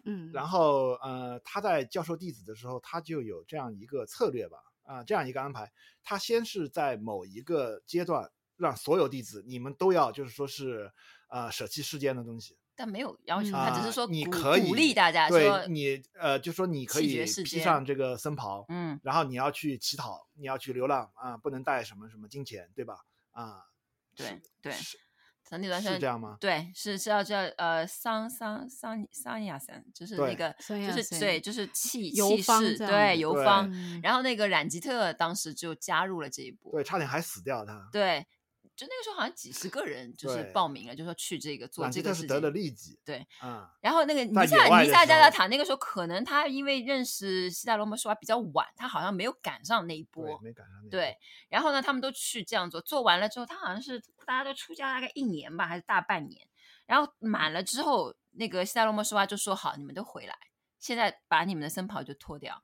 Speaker 1: 嗯，
Speaker 2: 然后呃，他在教授弟子的时候，他就有这样一个策略吧，啊、这样一个安排。他先是在某一个阶段，让所有弟子你们都要就是说是呃舍弃世间的东西
Speaker 3: 但没有要求，
Speaker 1: 嗯
Speaker 3: 他
Speaker 2: 啊、
Speaker 3: 只是说
Speaker 2: 你
Speaker 3: 鼓
Speaker 2: 可以
Speaker 3: 鼓励大家说
Speaker 2: 对，你呃就说你可
Speaker 3: 弃绝
Speaker 2: 以
Speaker 3: 世
Speaker 2: 披
Speaker 3: 间
Speaker 2: 上这个僧袍，
Speaker 3: 嗯，
Speaker 2: 然后你要去乞讨，你要去流浪啊、不能带什么什么金钱，对吧？啊、
Speaker 3: 对对，
Speaker 2: 是
Speaker 3: 他那段时
Speaker 2: 是
Speaker 3: 间
Speaker 2: 这样吗？
Speaker 3: 对，是是要叫呃桑桑桑桑亚森，就是那
Speaker 2: 对
Speaker 3: 个
Speaker 1: 桑
Speaker 3: 就
Speaker 1: 亚
Speaker 3: 是
Speaker 1: 森
Speaker 3: 对，就是气
Speaker 1: 游
Speaker 3: 气
Speaker 1: 方
Speaker 3: 势
Speaker 1: 这样
Speaker 3: 对
Speaker 1: 子
Speaker 3: 游
Speaker 2: 对
Speaker 3: 方，
Speaker 1: 嗯
Speaker 3: 然后那个冉吉特当时就加入了这一步，
Speaker 2: 对，差点还死掉他。
Speaker 3: 对，就那个时候好像几十个人就是
Speaker 2: 对
Speaker 3: 报名了，就说去这个做
Speaker 2: 朗
Speaker 3: 这
Speaker 2: 基
Speaker 3: 个
Speaker 2: 特
Speaker 3: 事
Speaker 2: 是
Speaker 3: 情。
Speaker 2: 得了痢疾，
Speaker 3: 对，
Speaker 2: 啊、
Speaker 3: 然后那个尼
Speaker 2: 在野
Speaker 3: 萨
Speaker 2: 外
Speaker 3: 尼
Speaker 2: 的
Speaker 3: 萨
Speaker 2: 时
Speaker 3: 加拉
Speaker 2: 候
Speaker 3: 塔那个时候，可能他因为认识西达罗摩施瓦比较晚，他好像没有赶上那一
Speaker 2: 对
Speaker 3: 波。
Speaker 2: 没赶上那个
Speaker 3: 对，然后呢，他们都去这样做，做完了之后，他好像是大家都出家大概一年吧，还是大半年。然后满了之后，那个西达罗摩施瓦就说：“好，你们都回来，现在把你们的僧袍就脱掉，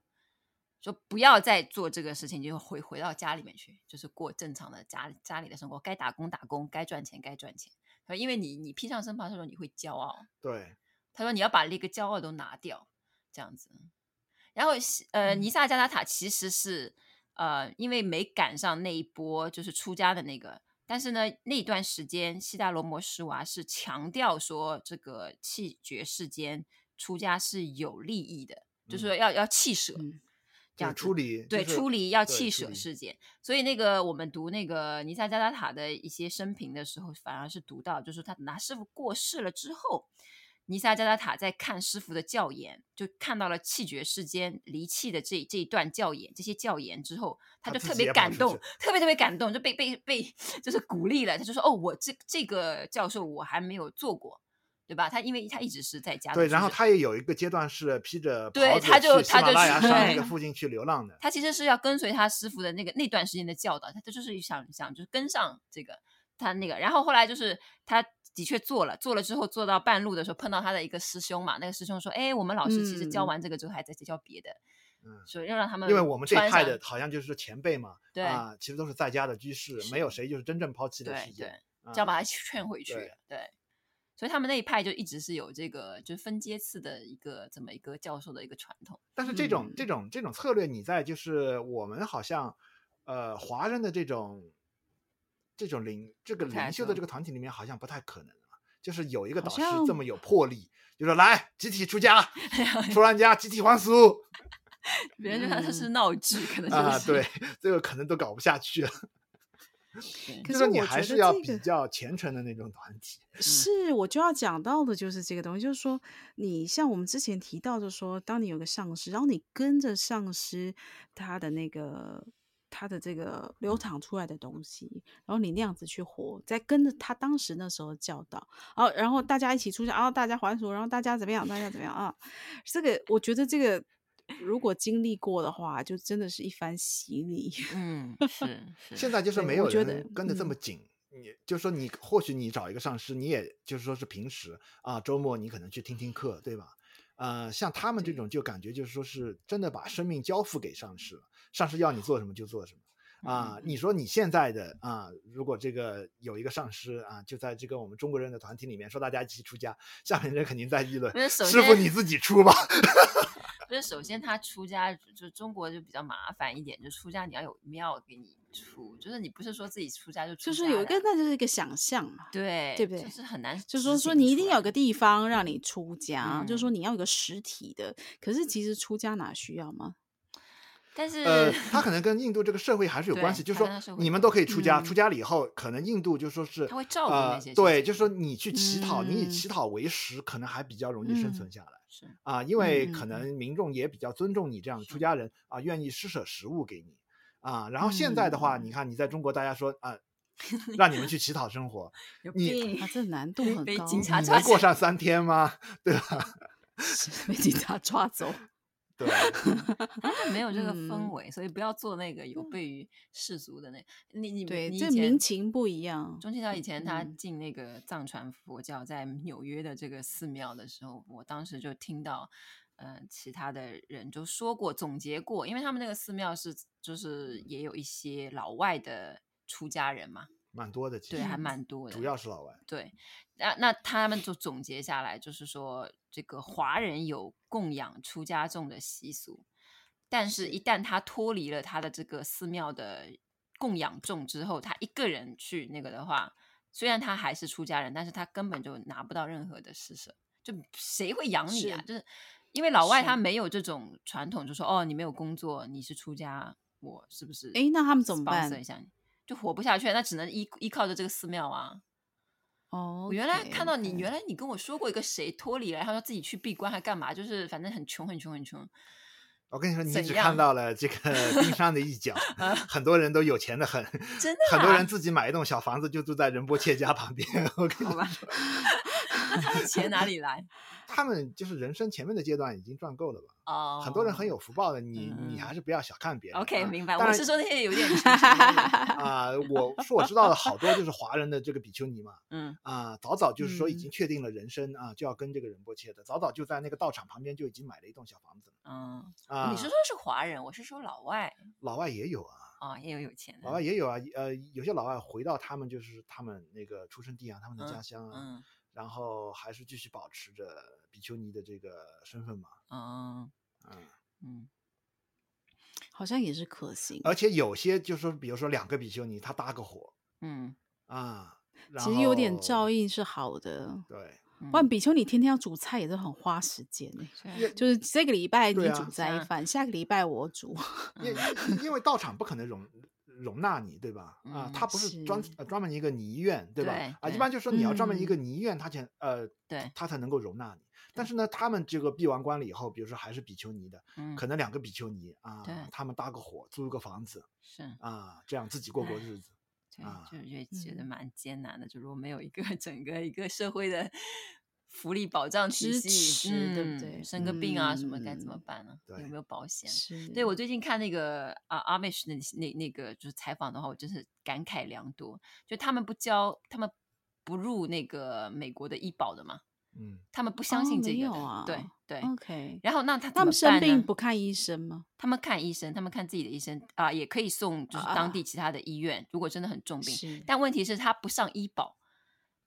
Speaker 3: 说不要再做这个事情，就回回到家里面去，就是过正常的家家里的生活，该打工打工，该赚钱该赚钱。他说，因为你你披上僧袍的时候，你会骄傲。”
Speaker 2: 对，
Speaker 3: 他说你要把那个骄傲都拿掉，这样子。然后西呃，尼萨加拉塔其实是呃，因为没赶上那一波就是出家的那个，但是呢，那一段时间悉达罗摩施娃是强调说这个弃绝世间出家是有利益的，就是说要要弃舍。
Speaker 1: 嗯
Speaker 2: 嗯就
Speaker 3: 这样
Speaker 2: 是
Speaker 3: 子
Speaker 2: 出离，
Speaker 3: 对，
Speaker 2: 就是
Speaker 3: 出离要
Speaker 2: 对
Speaker 3: 弃
Speaker 2: 出
Speaker 3: 舍
Speaker 2: 离
Speaker 3: 世界。所以那个我们读那个尼萨加拉塔的一些生平的时候，反而是读到，就是他拿师傅过世了之后，尼萨加拉塔在看师傅的教言，就看到了气绝世间离弃的这这一段教言，这些教言之后，他
Speaker 2: 他
Speaker 3: 就
Speaker 2: 自
Speaker 3: 特
Speaker 2: 己
Speaker 3: 别
Speaker 2: 也跑
Speaker 3: 感
Speaker 2: 出
Speaker 3: 动
Speaker 2: 去，
Speaker 3: 特别特别感动，就被被被就是鼓励了。他就说：“哦，我这这个教授我还没有做过。”对吧？他因为他一直是在家
Speaker 2: 对，
Speaker 3: 读书
Speaker 2: 然后
Speaker 3: 者
Speaker 2: 他也有一个阶段是披着
Speaker 3: 对
Speaker 2: 袍子
Speaker 3: 他就
Speaker 2: 去喜
Speaker 3: 他
Speaker 2: 马
Speaker 3: 就
Speaker 2: 拉
Speaker 3: 去
Speaker 2: 雅山那
Speaker 3: 对
Speaker 2: 个附近去流浪的，
Speaker 3: 他其实是要跟随他师傅的那个那段时间的教导，他就是想想就是跟上这个他那个，然后后来就是他的确做了，做了之后做到半路的时候碰到他的一个师兄嘛，那个师兄说，哎，我们老师其实教
Speaker 1: 嗯
Speaker 3: 完这个之后还在教别的，
Speaker 2: 嗯。
Speaker 3: 所以又让他们
Speaker 2: 因为我们这一
Speaker 3: 穿
Speaker 2: 派
Speaker 3: 上
Speaker 2: 的好像就是说前辈嘛，
Speaker 3: 对
Speaker 2: 啊，其实都是在家的居士，没有谁就是真正抛弃的世
Speaker 3: 对
Speaker 2: 界
Speaker 3: 对，，这样把
Speaker 2: 啊
Speaker 3: 他劝回去
Speaker 2: 对
Speaker 3: 了，对。所以他们那一派就一直是有这个，就是分阶次的一个这么一个教授的一个传统。
Speaker 2: 但是这种、这种这种策略，你在就是我们好像，呃，华人的这种这种领这个
Speaker 3: 不太
Speaker 2: 领袖的
Speaker 3: 懂
Speaker 2: 这个团体里面好像不太可能啊，就是有一个
Speaker 1: 好
Speaker 2: 导师这
Speaker 1: 像
Speaker 2: 么有魄力，就说来集体出家，出完家集体还俗
Speaker 3: 别人就说他是闹剧，可能就
Speaker 2: 嗯啊，
Speaker 3: 是
Speaker 2: 对，这个可能都搞不下去了。
Speaker 1: 可
Speaker 2: 就是说
Speaker 1: 我
Speaker 2: 你
Speaker 1: 觉
Speaker 2: 还
Speaker 1: 得
Speaker 2: 是要
Speaker 1: 这
Speaker 2: 比
Speaker 1: 个
Speaker 2: 较虔诚的那种团体，
Speaker 1: 是我就要讲到的就是这个东西，就是说你像我们之前提到的说，当你有个上司，然后你跟着上司他的那个。他的这个流淌出来的东西，然后你那样子去活，再跟着他当时那时候的教导，哦，然后大家一起出去，然后大家还俗，然后大家怎么样，大家怎么样啊？这个我觉得这个如果经历过的话，就真的是一番洗礼。
Speaker 3: 嗯，是
Speaker 2: 现
Speaker 3: 是，
Speaker 2: 在就是
Speaker 1: 对
Speaker 2: 没
Speaker 1: 我
Speaker 2: 有
Speaker 1: 觉得嗯
Speaker 2: 人跟得这么紧。你就说你或许你找一个上师，你也就是说是平时啊，周末你可能去听听课，对吧？呃，像他们这种就感觉就是说是真的把生命交付给上师了，上师要你做什么就做 什么。啊，
Speaker 1: 嗯
Speaker 2: 你说你现在的啊，如果这个有一个上师啊，就在这个我们中国人的团体里面说大家一起出家，下面人肯定在议论
Speaker 3: 不是，首
Speaker 2: 师傅
Speaker 3: 先
Speaker 2: 你自己出吧。
Speaker 3: 就是首先他出家，就中国就比较麻烦一点，就出家你要有庙给你出，就是你不是说自己出家就
Speaker 1: 就
Speaker 3: 出家
Speaker 1: 是有一
Speaker 3: 的
Speaker 1: 个，那就是一个想象嘛。
Speaker 3: 对
Speaker 1: 对不对
Speaker 3: 就是很难执行出
Speaker 1: 就
Speaker 3: 来，
Speaker 1: 说说你一定要有个地方让你出家，就
Speaker 3: 嗯
Speaker 1: 说你要有个实体的。可是其实出家哪需要吗？
Speaker 3: 但是、
Speaker 2: 呃，它可能跟印度这个社会还是有关
Speaker 3: 对
Speaker 2: 系，就是
Speaker 3: 它
Speaker 2: 说
Speaker 3: 跟它社会
Speaker 2: 你们
Speaker 3: 关
Speaker 2: 都可以出家，
Speaker 1: 嗯
Speaker 2: 出家了以后，可能印度就说是
Speaker 3: 它会照顾那
Speaker 2: 呃
Speaker 3: 些，
Speaker 2: 对，
Speaker 3: 事
Speaker 2: 就是说你去乞讨，你以
Speaker 1: 嗯
Speaker 2: 乞讨为食，可能还比较容易生
Speaker 3: 嗯
Speaker 2: 存下来。
Speaker 3: 是
Speaker 2: 啊，因为可
Speaker 1: 嗯嗯
Speaker 2: 能民众也比较尊重你这样的
Speaker 3: 是
Speaker 2: 出家人啊，愿意施舍食物给你啊。然后现在的话，
Speaker 1: 嗯
Speaker 2: 你看你在中国，大家说 啊，让你们去乞讨生活，
Speaker 3: 有
Speaker 2: 你
Speaker 3: 病
Speaker 1: 啊，，这难 度
Speaker 3: 被
Speaker 1: 很
Speaker 3: 被
Speaker 1: 高，
Speaker 3: 警察
Speaker 2: 你
Speaker 3: 抓
Speaker 2: 能
Speaker 3: 起
Speaker 2: 过
Speaker 3: 来
Speaker 2: 上三天吗？ 对吧？
Speaker 1: 是被警察抓走。
Speaker 2: 对，
Speaker 3: 就没有这个氛
Speaker 1: 嗯
Speaker 3: 围，所以不要做那个有悖于世俗的那你你
Speaker 1: 对，
Speaker 3: 你以
Speaker 1: 这
Speaker 3: 前
Speaker 1: 民情不一样。
Speaker 3: 钟庆桥以前他
Speaker 1: 嗯
Speaker 3: 进那个藏传佛教，在纽约的这个寺庙的时候，我当时就听到，呃，其他的人就说过总结过，因为他们那个寺庙是就是也有一些老外的出家人嘛，
Speaker 2: 蛮多的，其
Speaker 3: 对，
Speaker 2: 实
Speaker 3: 还蛮多的，
Speaker 2: 主要是老外，
Speaker 3: 对，那那他们就总结下来，就是说这个华人有供养出家众的习俗，但是一旦他脱离了他的这个寺庙的供养众之后，他一个人去那个的话，虽然他还是出家人，但是他根本就拿不到任何的施舍，就谁会养你啊
Speaker 1: 是？
Speaker 3: 就是因为老外他
Speaker 1: 是
Speaker 3: 没有这种传统，就说哦，你没有工作，你是出家，我是不是？
Speaker 1: 诶那他们怎么办
Speaker 3: 一下你就活不下去了，那只能依依靠着这个寺庙啊。
Speaker 1: 哦，
Speaker 3: 我原来看到你，原来 你跟我说过一个谁脱离了，然后要自己去闭关还干嘛，就是反正很穷很穷很穷。
Speaker 2: 我跟你说，你
Speaker 3: 怎
Speaker 2: 只
Speaker 3: 样啊
Speaker 2: 看到了这个冰山的一 角，很多人都有钱的很，
Speaker 3: 真的
Speaker 2: 很多
Speaker 3: 啊
Speaker 2: 人自己买一栋小房子就住在仁波切家旁边。我跟你
Speaker 3: 好吧
Speaker 2: 说，
Speaker 3: 他的钱哪里来？
Speaker 2: 他们就是人生前面的阶段已经赚够了吧？
Speaker 3: 哦，
Speaker 2: 很多人很有福报的，你你
Speaker 3: 嗯
Speaker 2: 还是不要小看别人啊。
Speaker 3: OK，明白。
Speaker 2: 当
Speaker 3: 我
Speaker 2: 然
Speaker 3: 是说那些有点穷穷 的人
Speaker 2: 啊、我说我知道的好多就是华人的这个比丘尼嘛，
Speaker 3: 嗯
Speaker 2: 啊、早早就是说已
Speaker 1: 嗯
Speaker 2: 经确定了人生啊、就要跟这个仁波切的，早早就在那个道场旁边就已经买了一栋小房子了
Speaker 3: 嗯，
Speaker 2: 啊、
Speaker 3: 你是说是华人，我是说老外
Speaker 2: 老外也有啊，
Speaker 3: 啊，也有有钱的。
Speaker 2: 老外
Speaker 1: 嗯
Speaker 2: 也有啊，呃，有些老外回到他们就是他们那个出生地啊，他们的
Speaker 3: 嗯
Speaker 2: 家乡啊，
Speaker 3: 嗯
Speaker 2: 然后还是继续保持着比丘尼的这个身份嘛，
Speaker 3: 嗯
Speaker 2: 嗯，
Speaker 3: 嗯
Speaker 1: 好像也是可行。
Speaker 3: 呃
Speaker 2: 而且有些就是说，比如说两个比丘尼他搭个伙
Speaker 3: 嗯
Speaker 2: 啊，然
Speaker 1: 其实有点
Speaker 2: 后
Speaker 1: 照，应是好的，
Speaker 2: 对，
Speaker 3: 嗯，
Speaker 1: 不然比丘你天天要煮菜也是很花时间欸
Speaker 3: 是啊
Speaker 2: 也
Speaker 1: 就是这个礼拜你
Speaker 2: 对啊
Speaker 1: 煮斋
Speaker 3: 像
Speaker 1: 饭，下个礼拜我 煮。
Speaker 2: 因
Speaker 1: 嗯
Speaker 2: 因因为道场不可能容容纳你，对吧？啊，
Speaker 3: 嗯
Speaker 2: 它不是专
Speaker 1: 是
Speaker 2: 呃专门一个泥院，对吧
Speaker 3: 对？
Speaker 2: 啊，一
Speaker 3: 对
Speaker 2: 般就是说你要专门一个
Speaker 1: 嗯
Speaker 2: 泥院，它才呃，
Speaker 3: 对
Speaker 2: 它才能够容纳你。但是呢，他们这个闭完关了以后，比如说还是比丘尼的，
Speaker 3: 嗯
Speaker 2: 可能两个比丘尼啊
Speaker 3: 对，
Speaker 2: 他们搭个伙，租一个房子
Speaker 3: 是
Speaker 2: 啊，这样自己过
Speaker 3: 哎
Speaker 2: 过日子。
Speaker 3: 对
Speaker 2: 啊，
Speaker 3: 就是觉得觉得
Speaker 1: 嗯
Speaker 3: 蛮艰难的，就如果没有一个 整个一个社会的福利保障体
Speaker 1: 支
Speaker 3: 系，
Speaker 1: 持对不
Speaker 3: 嗯
Speaker 1: 对
Speaker 3: 生个病啊什么该怎么
Speaker 1: 嗯
Speaker 3: 办呢？有
Speaker 2: 对
Speaker 3: 没有保险？
Speaker 1: 是，
Speaker 3: 对我最近看那个啊阿妹是那那那个就是采访的话，我真是感慨良多。就他们不交，他们不入那个美国的医保的嘛，
Speaker 2: 嗯，
Speaker 3: 他们不相
Speaker 1: 哦
Speaker 3: 信这
Speaker 1: 没
Speaker 3: 个
Speaker 1: 有
Speaker 3: 的
Speaker 1: 啊
Speaker 3: 对对。
Speaker 1: OK，
Speaker 3: 然后那他怎
Speaker 1: 他
Speaker 3: 么
Speaker 1: 们生
Speaker 3: 办呢
Speaker 1: 病不看医生吗？
Speaker 3: 他们看医生，他们看自己的医生啊、也可以送就是
Speaker 1: 啊
Speaker 3: 当地其他的医院，如果真的很重病。
Speaker 1: 是，
Speaker 3: 但问题是，他不上医保，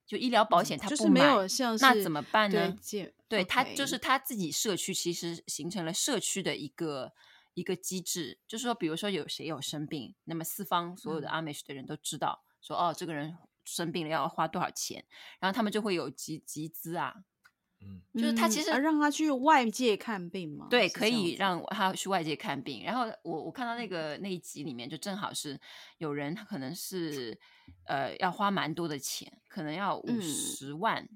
Speaker 3: 就医疗保险他
Speaker 1: 嗯就
Speaker 3: 不
Speaker 1: 是没
Speaker 3: 买，
Speaker 1: 有像
Speaker 3: 那
Speaker 1: 是
Speaker 3: 怎么办
Speaker 1: 对
Speaker 3: 呢？
Speaker 1: 健
Speaker 3: 对他
Speaker 1: OK
Speaker 3: 就是他自己社区其实形成了社区的一个一个机制，就是说，比如说有谁有生病，那么四方所有的
Speaker 1: 嗯
Speaker 3: 阿美什的人都知道，说哦，这个人生病了要花多少钱，然后他们就会有集集资啊，
Speaker 2: 嗯
Speaker 3: 就是他其
Speaker 1: 嗯
Speaker 3: 实
Speaker 1: 啊让他去外界看病嘛，
Speaker 3: 对，
Speaker 1: 是
Speaker 3: 可
Speaker 1: 这样
Speaker 3: 以
Speaker 1: 子嗯
Speaker 3: 让他去外界看病。然后我我看到那个那一集里面，就正好是有人他可能是呃要花蛮多的钱，可能要五
Speaker 1: 嗯
Speaker 3: 十万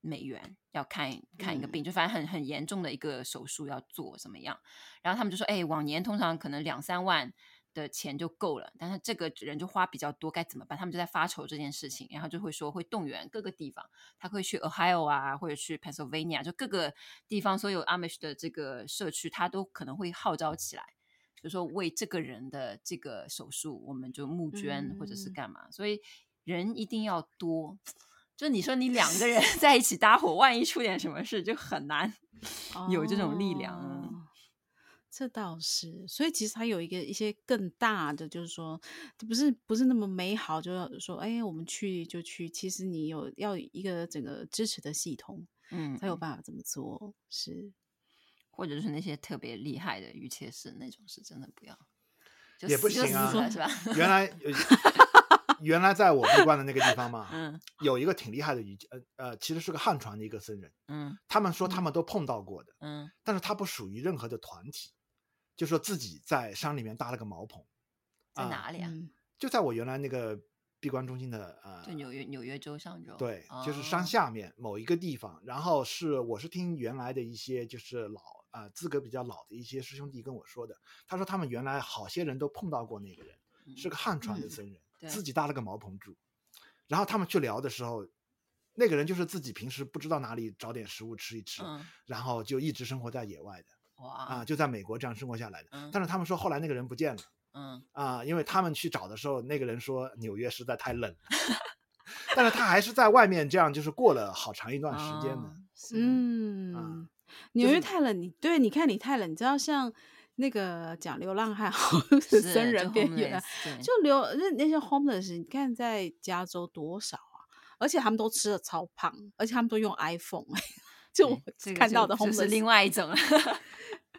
Speaker 3: 美元要看看一个
Speaker 1: 嗯
Speaker 3: 病，就反正很很严重的一个手术要做怎么样。然后他们就说，哎，往年通常可能两三万。的钱就够了，但是这个人就花比较多，该怎么办？他们就在发愁这件事情，然后就会说会动员各个地方，他会去 Ohio 啊，或者去 Pennsylvania，就各个地方所有 Amish 的这个社区，他都可能会号召起来，就说为这个人的这个手术，我们就募捐或者是
Speaker 1: 嗯
Speaker 3: 干嘛。所以人一定要多，就你说你两个人 在一起搭伙，万一出点什么事就很难。有这种力量啊
Speaker 1: 哦这倒是，所以其实它有一个一些更大的，就是说，不是不是那么美好，就要说，哎，我们去就去。其实你有要有一个整个支持的系统，
Speaker 3: 嗯，
Speaker 1: 才有办法这么做。是，
Speaker 3: 或者是那些特别厉害的御切师那种是真的不要，就
Speaker 2: 也不
Speaker 3: 死就
Speaker 2: 行
Speaker 3: 死
Speaker 2: 啊
Speaker 3: 了是吧？
Speaker 2: 原来呃原来在我闭关的那个地方嘛，
Speaker 3: 嗯
Speaker 2: 有一个挺厉害的瑜呃呃，其实是个汉传的一个僧人，
Speaker 3: 嗯
Speaker 2: 他们说他们都碰到过的，
Speaker 3: 嗯，
Speaker 2: 但是他不属于任何的团体，就说自己在山里面搭了个茅棚，
Speaker 3: 在
Speaker 2: 啊
Speaker 3: 哪里啊？
Speaker 1: 嗯，
Speaker 2: 就在我原来那个闭关中心的呃，
Speaker 3: 就纽约纽约州上州，
Speaker 2: 对，就是山
Speaker 3: 哦
Speaker 2: 下面某一个地方。然后是我是听原来的一些就是老啊、呃资格比较老的一些师兄弟跟我说的，他说他们原来好些人都碰到过那个人，是
Speaker 3: 嗯
Speaker 2: 个汉传的
Speaker 1: 嗯
Speaker 2: 僧人，
Speaker 3: 对
Speaker 2: 自己搭了个茅棚住。然后他们去聊的时候，那个人就是自己平时不知道哪里找点食物吃一吃，
Speaker 3: 嗯
Speaker 2: 然后就一直生活在野外的啊、
Speaker 3: 哇
Speaker 2: 就在美国这样生活下来的。
Speaker 3: 嗯
Speaker 2: 但是他们说后来那个人不见了。
Speaker 3: 嗯
Speaker 2: 啊，因为他们去找的时候，那个人说纽约实在太冷了， 但是他还是在外面这样，就是过了好长一段时间
Speaker 3: 哦
Speaker 2: 的。
Speaker 3: 是的啊
Speaker 1: 嗯，
Speaker 2: 就
Speaker 1: 纽
Speaker 2: 是
Speaker 1: 约
Speaker 2: 你
Speaker 1: 太冷，你对，你看你太冷，你知道像那个讲流浪汉
Speaker 3: 是
Speaker 1: 生人
Speaker 3: 就
Speaker 1: 边缘啊，
Speaker 3: homeless，对
Speaker 1: 就留那那些 homeless，你看在加州多少啊？而且他们都吃的超胖，而且他们都用 iPhone，就
Speaker 3: 对
Speaker 1: 我
Speaker 3: 这个
Speaker 1: 看
Speaker 3: 就
Speaker 1: 到的
Speaker 3: 就
Speaker 1: homeless，
Speaker 3: 是另外 一种了。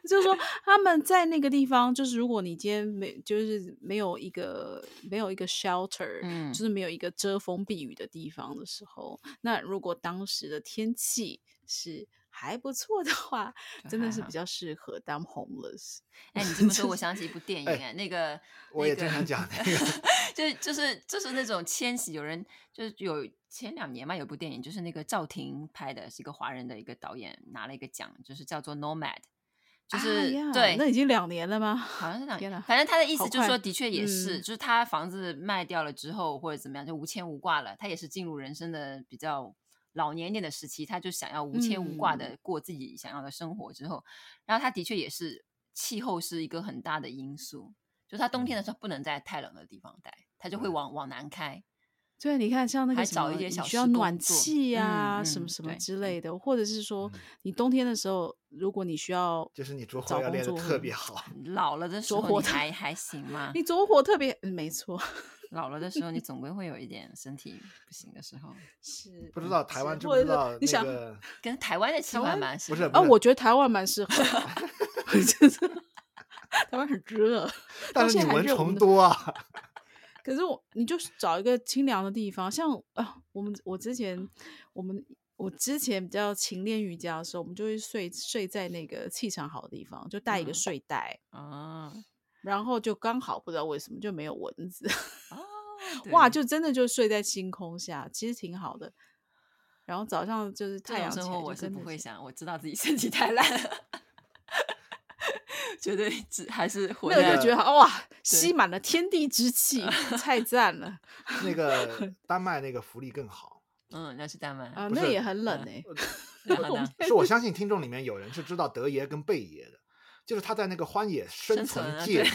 Speaker 1: 就是说他们在那个地方，就是如果你今天没就是没有一个没有一个 shelter，、
Speaker 3: 嗯
Speaker 1: 就是没有一个遮风避雨的地方的时候，那如果当时的天气是还不错的话，
Speaker 3: 就
Speaker 1: 真的
Speaker 3: 还
Speaker 1: 是
Speaker 3: 好
Speaker 1: 比较适合当 homeless。
Speaker 3: 哎，你这么
Speaker 1: 就
Speaker 3: 说，我
Speaker 1: 是
Speaker 3: 想起一部电影，
Speaker 2: 哎
Speaker 3: 哎，那个
Speaker 2: 我
Speaker 3: 那
Speaker 2: 也经
Speaker 3: 个
Speaker 2: 常讲那个
Speaker 3: 就是就是就是那种千禧，有人就是有前两年嘛，有部电影就是那个赵婷拍的，是一个华人的一个导演，拿了一个奖，就是叫做《Nomad》，就是、
Speaker 1: 啊呀
Speaker 3: 对，
Speaker 1: 那已经两年了吗？
Speaker 3: 好像是两
Speaker 1: 天哪
Speaker 3: 年，反正他的意思
Speaker 1: 好
Speaker 3: 就是
Speaker 1: 快
Speaker 3: 说，的确也是，
Speaker 1: 嗯
Speaker 3: 就是他房子卖掉了之后或者怎么样，就无牵无挂了，他也是进入人生的比较老年一点的时期，他就想要无牵无挂
Speaker 1: 嗯
Speaker 3: 的过自己想要的生活之后，然后他的确也是气候是一个很大的因素，就他冬天
Speaker 1: 嗯
Speaker 3: 的时候不能在太冷的地方待，他就会
Speaker 2: 对
Speaker 3: 往往南开，
Speaker 1: 对，你看像那个
Speaker 3: 还
Speaker 1: 什
Speaker 3: 找一
Speaker 1: 么
Speaker 3: 些
Speaker 1: 你
Speaker 3: 小
Speaker 1: 需要
Speaker 3: 施工
Speaker 1: 暖
Speaker 3: 做
Speaker 1: 气呀、
Speaker 3: 嗯
Speaker 1: 什么
Speaker 3: 嗯
Speaker 1: 什么
Speaker 3: 对
Speaker 1: 之
Speaker 3: 对
Speaker 1: 类的，或者是说
Speaker 2: 嗯
Speaker 1: 你冬天的时候，如果你需要
Speaker 2: 就是你着
Speaker 1: 找
Speaker 2: 火要
Speaker 1: 工
Speaker 2: 练的
Speaker 1: 作
Speaker 2: 特
Speaker 1: 了
Speaker 2: 别好，
Speaker 3: 老了的时
Speaker 1: 着
Speaker 3: 候
Speaker 1: 火
Speaker 3: 你
Speaker 1: 的
Speaker 3: 还还行 吗？
Speaker 1: 你走火特别，嗯没错，
Speaker 3: 老了的时候你总归会有一点身体不行的时候，
Speaker 1: 是
Speaker 2: 不知道台湾
Speaker 1: 是
Speaker 2: 知不
Speaker 1: 或者
Speaker 2: 知
Speaker 1: 是
Speaker 2: 道
Speaker 1: 你
Speaker 2: 那
Speaker 1: 想
Speaker 2: 个
Speaker 3: 跟台湾的气
Speaker 1: 台
Speaker 3: 候还
Speaker 1: 湾
Speaker 3: 蛮
Speaker 2: 不
Speaker 3: 适
Speaker 2: 是
Speaker 3: 合
Speaker 1: 啊，
Speaker 2: 不是
Speaker 1: 我觉得台湾蛮适合的， 就是台湾很热， 到
Speaker 2: 但是
Speaker 1: 现
Speaker 2: 你
Speaker 1: 在还
Speaker 2: 蚊
Speaker 1: 热我们
Speaker 2: 虫
Speaker 1: 的
Speaker 2: 多啊，
Speaker 1: 可是我，你就是找一个清凉的地方，像啊，我们我之前我们我之前比较勤练瑜伽的时候，我们就会睡睡在那个气场好的地方，就带一个
Speaker 3: 嗯
Speaker 1: 睡袋，
Speaker 3: 啊。
Speaker 1: 然后就刚好不知道为什么就没有蚊 子，
Speaker 3: 哦，
Speaker 1: 哇，
Speaker 3: 对
Speaker 1: 就真的就睡在星空下，其实挺好的。然后早上就是
Speaker 3: 这
Speaker 1: 太阳
Speaker 3: 种
Speaker 1: 起来
Speaker 3: 生活
Speaker 1: 就
Speaker 3: 我是
Speaker 1: 真
Speaker 3: 不
Speaker 1: 的
Speaker 3: 会想，我知道自己身体太烂了， 觉得只还是活
Speaker 1: 没有
Speaker 3: 在
Speaker 1: 就觉得好哇， 吸满了天地之气，太赞了
Speaker 2: 那个丹麦那个福利更好。
Speaker 3: 嗯，那是丹麦
Speaker 1: 啊！
Speaker 2: 不
Speaker 1: 那
Speaker 2: 是
Speaker 1: 也很冷
Speaker 3: 嗯
Speaker 1: 哎、
Speaker 3: 然后呢，
Speaker 2: 是呃我相信听众里面有人是知道德爷跟贝爷的，就是他在那个荒野生
Speaker 3: 生存啊
Speaker 2: 界
Speaker 3: 对
Speaker 2: 里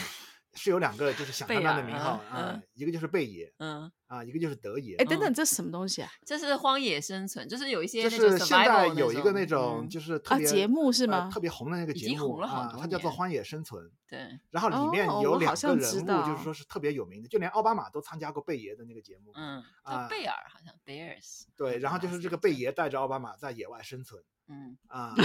Speaker 2: 是有两个就是响
Speaker 3: 贝
Speaker 2: 当当
Speaker 3: 尔
Speaker 2: 的名
Speaker 3: 啊
Speaker 2: 号啊
Speaker 3: 嗯，
Speaker 2: 一个就是贝爷
Speaker 3: 嗯，
Speaker 2: 啊，一个就是德爷
Speaker 1: 哎、。等等，这是什么东西啊？
Speaker 3: 这是荒野生存，就是有一些
Speaker 2: 就
Speaker 3: 那种
Speaker 2: 是现
Speaker 3: survival
Speaker 2: 在有一个那种
Speaker 3: 嗯
Speaker 2: 就是特
Speaker 1: 啊，
Speaker 2: 别
Speaker 1: 节目是
Speaker 2: 呃
Speaker 1: 吗？
Speaker 2: 特别红的那个
Speaker 3: 已
Speaker 2: 节
Speaker 3: 经
Speaker 2: 目
Speaker 3: 红了好
Speaker 2: 啊，
Speaker 3: 多
Speaker 2: 它叫做《
Speaker 3: 年
Speaker 2: 荒野生存》。
Speaker 3: 对，
Speaker 2: 然后里面
Speaker 1: 哦我
Speaker 2: 有
Speaker 1: 好
Speaker 2: 两个
Speaker 1: 像
Speaker 2: 人
Speaker 1: 知
Speaker 2: 物，就
Speaker 1: 道
Speaker 2: 是说是特别有名的，就连奥巴马都参加过贝爷的那个节目。
Speaker 3: 嗯，
Speaker 2: 啊
Speaker 3: 叫贝尔好像贝尔斯，
Speaker 2: 对，然后就是这个贝，爷带着奥巴马在野外生存
Speaker 3: 嗯，
Speaker 2: 啊，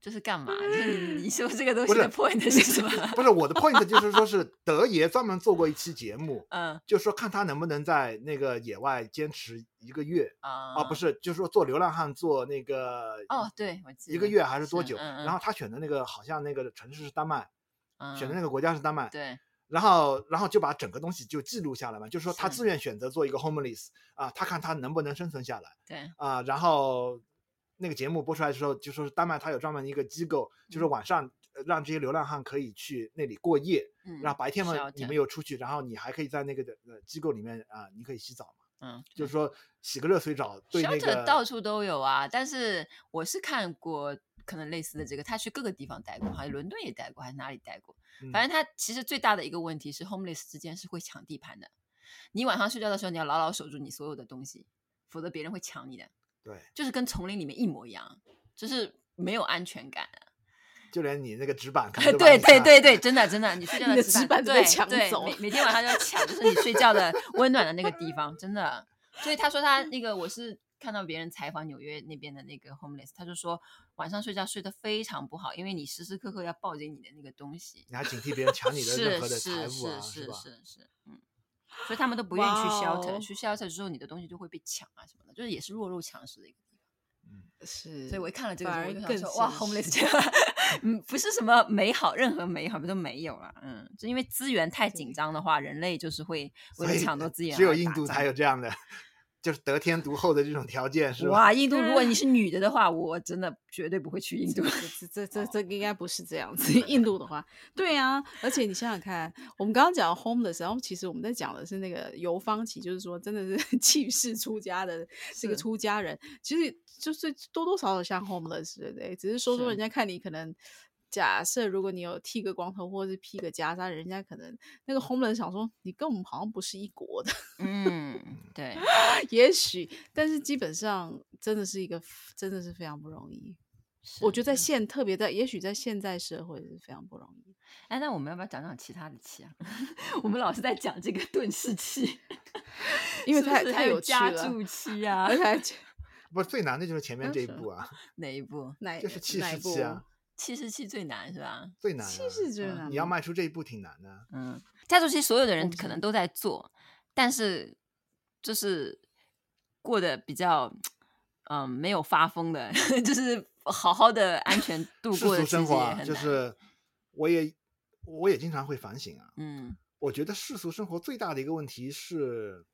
Speaker 3: 这是干嘛？就是你你说这个东
Speaker 2: 不
Speaker 3: 西的
Speaker 2: 是
Speaker 3: point 是什么？
Speaker 2: 不是 我的 point 就是说是德爷专门做过一期节目，
Speaker 3: 嗯
Speaker 2: 就说看他能不能在那个野外坚持一个月
Speaker 3: 啊
Speaker 2: 啊，不是，就是说做流浪汉做那个
Speaker 3: 哦，对，我记得
Speaker 2: 一个月还是多
Speaker 3: 是
Speaker 2: 久？
Speaker 3: 嗯嗯
Speaker 2: 然后他选的那个好像那个城市是丹麦，选的那
Speaker 3: 个
Speaker 2: 个国家是丹麦，
Speaker 3: 嗯对，
Speaker 2: 然后然后就把整个东西就记录下来嘛，就是说他
Speaker 3: 是
Speaker 2: 自愿选择做一个 homeless 啊，他看他能不能生存下来。
Speaker 3: 对，
Speaker 2: 啊，然后那个节目播出来的时候，就说是丹麦它有专门一个机构，就是
Speaker 3: 嗯
Speaker 2: 晚上呃让这些流浪汉可以去那里过夜，
Speaker 3: 嗯，
Speaker 2: 然后白天嘛你
Speaker 3: shelter，
Speaker 2: 们有出去，然后你还可以在那个的呃机构里面啊，你可以洗澡嘛，
Speaker 3: 嗯，
Speaker 2: 就是说洗个热水澡对那
Speaker 3: shelter 到
Speaker 2: 个
Speaker 3: 处都有啊，但是我是看过可能类似的这个，他去各个地方待过，好像伦敦也待过，还是哪里待过。反
Speaker 2: 嗯
Speaker 3: 正他其实最大的一个问题是，homeless 之间是会抢地盘的。你晚上睡觉的时候，你要牢牢守住你所有的东西，否则别人会抢你的，
Speaker 2: 对，
Speaker 3: 就是跟丛林里面一模一样，就是没有安全感。
Speaker 2: 就连你那个纸 板可能
Speaker 3: 对
Speaker 2: 都把
Speaker 3: 对
Speaker 2: 你吓
Speaker 3: 对对对，真的真的，你睡觉
Speaker 1: 你
Speaker 3: 的
Speaker 1: 的
Speaker 3: 纸
Speaker 1: 纸
Speaker 3: 板
Speaker 1: 板都被
Speaker 3: 对
Speaker 1: 抢
Speaker 3: 对
Speaker 1: 走
Speaker 3: 每
Speaker 1: 了
Speaker 3: 每天晚上就要抢，就是你睡觉的温暖的那个地方，真的。所以他说他那个，我是看到别人采访纽约那边的那个 homeless，他就说晚上睡觉睡得非常不好，因为你时时刻刻要抱紧你的那个东西。
Speaker 2: 你还警惕别人抢你的任
Speaker 3: 是
Speaker 2: 何的财
Speaker 3: 是
Speaker 2: 物啊，
Speaker 3: 是
Speaker 2: 是
Speaker 3: 是
Speaker 2: 吧？
Speaker 3: 是是，嗯。所以他们都不愿意去
Speaker 1: 哇
Speaker 3: shelter，、
Speaker 1: 哦
Speaker 3: 去 shelter 之后，你的东西就会被抢啊什么的，就是也是弱肉强食的一个地方。
Speaker 1: 是，
Speaker 3: 所以我一看了这个
Speaker 1: 反而
Speaker 3: 时候，我就想
Speaker 1: 更
Speaker 3: 说，哇
Speaker 1: 神
Speaker 3: ，homeless
Speaker 1: 奇
Speaker 3: 这样， 嗯，不是什么美好，任何美好都没有了，嗯，就因为资源太紧张的话，人类就是会
Speaker 2: 所
Speaker 3: 为了
Speaker 2: 以
Speaker 3: 抢夺资源
Speaker 2: 只有
Speaker 3: 而
Speaker 2: 印
Speaker 3: 打
Speaker 2: 度
Speaker 3: 仗
Speaker 2: 才有这样的，就是得天独厚的这种条件，是吧？
Speaker 3: 哇，印度，如果你
Speaker 1: 啊
Speaker 3: 是女的的话，我真的绝对不会去 印度。哦
Speaker 1: 这这这这应该不是这 样子。印度的话，对啊，而且你想想看，我们刚刚讲 homeless，然后其实我们在讲的是那个游方起，就是说真的是 弃世出家的这个
Speaker 3: 是
Speaker 1: 出家人，其实就是多多少少像 homeless，对不对？只是说说
Speaker 3: 是
Speaker 1: 人家看你可能。假设如果你有剃个光头或者是披个袈裟，人家可能那个 homeless 想说你跟我们好像不是一国的，
Speaker 3: 嗯，对，
Speaker 1: 也许，但是基本上真的是一个真的是非常不容易。 我觉得在
Speaker 3: 是
Speaker 1: 现，特别在，也许在现在社会是非常不容易。
Speaker 3: 哎，那我们要不要讲讲其他的气啊？ 我们老是在讲这个 遁世气，
Speaker 1: 因为
Speaker 3: 是不
Speaker 1: 太
Speaker 3: 是
Speaker 1: 太
Speaker 3: 还有
Speaker 1: 有趣
Speaker 3: 家
Speaker 1: 了
Speaker 3: 住气啊
Speaker 1: 而。且还讲
Speaker 2: 不是最难的就是前面
Speaker 1: 当
Speaker 2: 这一
Speaker 1: 时
Speaker 2: 步啊，
Speaker 3: 哪一部？
Speaker 1: 哪
Speaker 2: 就是气
Speaker 1: 哪
Speaker 2: 势
Speaker 1: 一部
Speaker 2: 期啊，
Speaker 3: 七十气最难是吧？
Speaker 2: 最难啊。
Speaker 1: 气势真
Speaker 3: 嗯
Speaker 1: 的
Speaker 2: 你要迈出这一步挺难的啊。
Speaker 3: 嗯，家族其实所有的人
Speaker 1: 们
Speaker 3: 可
Speaker 1: 是
Speaker 3: 能都在做，但是就是过得比较，嗯，没有发疯的， 就是好好的安全度
Speaker 2: 世
Speaker 3: 过的，
Speaker 2: 俗
Speaker 3: 其实
Speaker 2: 生活
Speaker 3: 也
Speaker 2: 啊，
Speaker 3: 很
Speaker 2: 就
Speaker 3: 难
Speaker 2: 是我也我也经常会反省啊。
Speaker 3: 嗯，
Speaker 2: 我觉得世俗生活最大的一个问题是，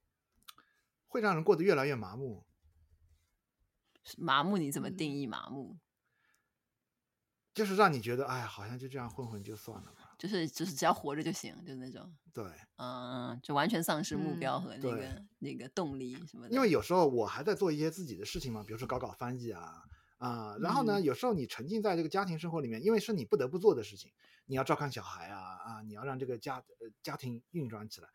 Speaker 2: 会让人过得越来越麻木。
Speaker 3: 麻木你怎么
Speaker 1: 嗯
Speaker 3: 定义麻木？
Speaker 2: 就是让你觉得，哎，好像就这样混混就算了吧。
Speaker 3: 就是就是只要活着就行，就是那种，
Speaker 2: 对，
Speaker 3: 嗯，就完全丧失目标
Speaker 1: 嗯
Speaker 3: 和那个、
Speaker 2: 对
Speaker 3: 那个动力什么的。
Speaker 2: 因为有时候我还在做一些自己的事情嘛，比如说搞搞翻译啊啊、然后
Speaker 3: 嗯
Speaker 2: 呢，有时候你沉浸在这个家庭生活里面，因为是你不得不做的事情，你要照看小孩啊啊，你要让这个家呃家庭运转起来。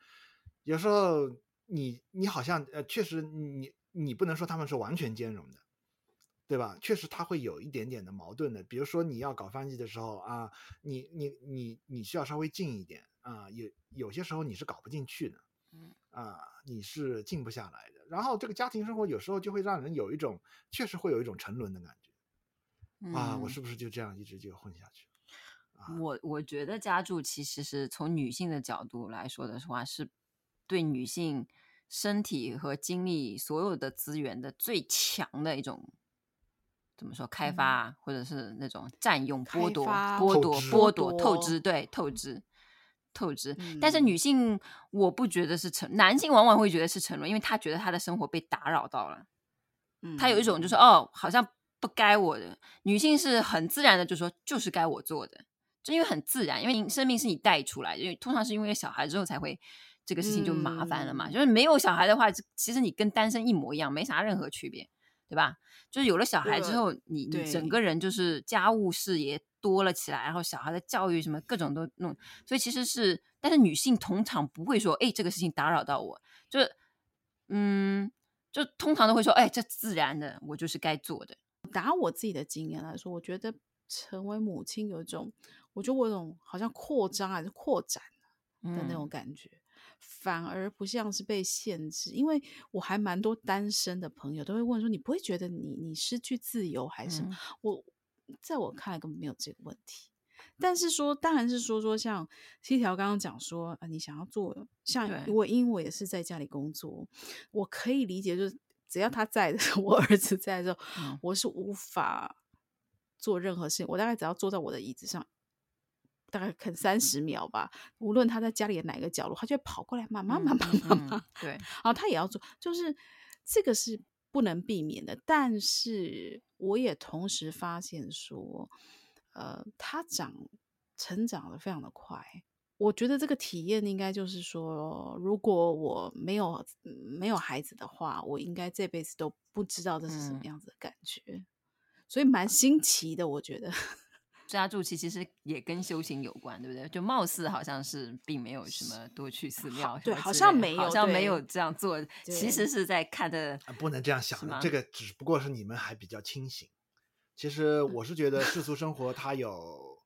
Speaker 2: 有时候你你好像呃，确实你你不能说他们是完全兼容的。对吧？确实，它会有一点点的矛盾的。比如说，你要搞翻译的时候啊，你你你你需要稍微近一点啊，有有些时候你是搞不进去的，啊，你是静不下来的。然后这个家庭生活有时候就会让人有一种，确实会有一种沉沦的感觉啊，我
Speaker 3: 嗯
Speaker 2: 是不是就这样一直就混下去？啊，
Speaker 3: 我我觉得家住其实是从女性的角度来说的话，是对女性身体和精力所有的资源的最强的一种。怎么说？开发啊、或者是那种占用、
Speaker 1: 开
Speaker 3: 剥夺、
Speaker 1: 发
Speaker 3: 剥
Speaker 2: 透
Speaker 3: 夺、
Speaker 2: 支
Speaker 3: 剥夺、透
Speaker 1: 剥
Speaker 3: 支，对，透支、透支。但是
Speaker 1: 嗯
Speaker 3: 女性，我不觉得是沉，男性往往会觉得是沉沦，因为他觉得他的生活被打扰到了。他有一种就是
Speaker 1: 嗯
Speaker 3: 哦，好像不该我的。女性是很自然的就说，就是该我做的，就因为很自然，因为你生命是你带出来的，因为通常是因为有小孩之后才会这个事情就麻烦了嘛。
Speaker 1: 嗯
Speaker 3: 就是没有小孩的话，其实你跟单身一模一样，没啥任何区别，对吧？就是有了小孩
Speaker 1: 这
Speaker 3: 之
Speaker 1: 个
Speaker 3: 后，你你整
Speaker 1: 对
Speaker 3: 个人就是家务事也多了起来，然后小孩的教育什么各种都弄，所以其实是，但是女性通常不会说，哎，这个事情打扰到我，就是嗯，就通常都会说，哎，这自然的，我就是该做的。
Speaker 1: 拿我自己的经验来说，我觉得成为母亲有一种，我觉得我有种好像扩张还是扩展的
Speaker 3: 嗯
Speaker 1: 那种感觉，反而不像是被限制。因为我还蛮多单身的朋友都会问说，你不会觉得你你失去自由还是什么？
Speaker 3: 嗯
Speaker 1: 我在我看来根本没有这个问题。但是说，当然是说说像七条刚刚讲说啊、你想要做像
Speaker 3: 对
Speaker 1: 我，因为我也是在家里工作，我可以理解，就是只要他在的时候， 我儿子在的时候，
Speaker 3: 嗯
Speaker 1: 我是无法做任何事情。我大概只要坐在我的椅子上，大概啃三十秒吧，无论他在家里的哪个角落，他就会跑过来，妈妈，妈妈，
Speaker 3: 嗯
Speaker 1: 妈
Speaker 3: 嗯
Speaker 1: 妈，
Speaker 3: 对，
Speaker 1: 啊，他也要做，就是这个是不能避免的。但是我也同时发现说，呃，他长成长的非常的快。我觉得这个体验应该就是说，如果我没有嗯没有孩子的话，我应该这辈子都不知道这是什么
Speaker 3: 嗯
Speaker 1: 样子的感觉，所以蛮新奇的。我觉 得
Speaker 3: 抓住其其实也跟修行有关，对不对？就貌似好像是并没有什么多去寺庙什么之
Speaker 1: 对
Speaker 3: 类的，
Speaker 1: 好像没
Speaker 3: 好
Speaker 1: 有
Speaker 3: 像没
Speaker 1: 对
Speaker 3: 有这样做，其
Speaker 1: 对
Speaker 3: 实是在看的
Speaker 2: 啊不能这样想
Speaker 3: 是
Speaker 2: 的
Speaker 3: 吗
Speaker 2: 这个只不过是你们还比较清醒。其实我是觉得世俗生活它有，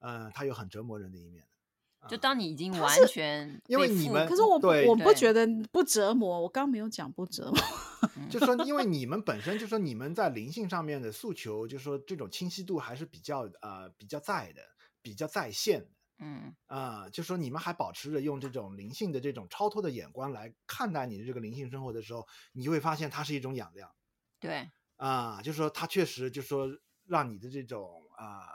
Speaker 2: 嗯，它有很折磨人的一面的。
Speaker 3: 就
Speaker 2: 啊
Speaker 3: 当你已经
Speaker 1: 它
Speaker 3: 完
Speaker 1: 是
Speaker 3: 全
Speaker 2: 因为
Speaker 3: 被
Speaker 2: 你
Speaker 3: 赋
Speaker 2: 们
Speaker 1: 可是我不
Speaker 2: 对
Speaker 1: 我不
Speaker 3: 对
Speaker 1: 觉得不折磨，我刚没有讲不折磨。
Speaker 3: 嗯
Speaker 2: 就说，因为你们本身就说你们在灵性上面的诉求，就说这种清晰度还是比较呃比较在的，比较在线的。
Speaker 3: 嗯
Speaker 2: 啊、就说你们还保持着用这种灵性的这种超脱的眼光来看待你的这个灵性生活的时候，你就会发现它是一种养料
Speaker 3: 对
Speaker 2: 啊、就说它确实就说让你的这种啊、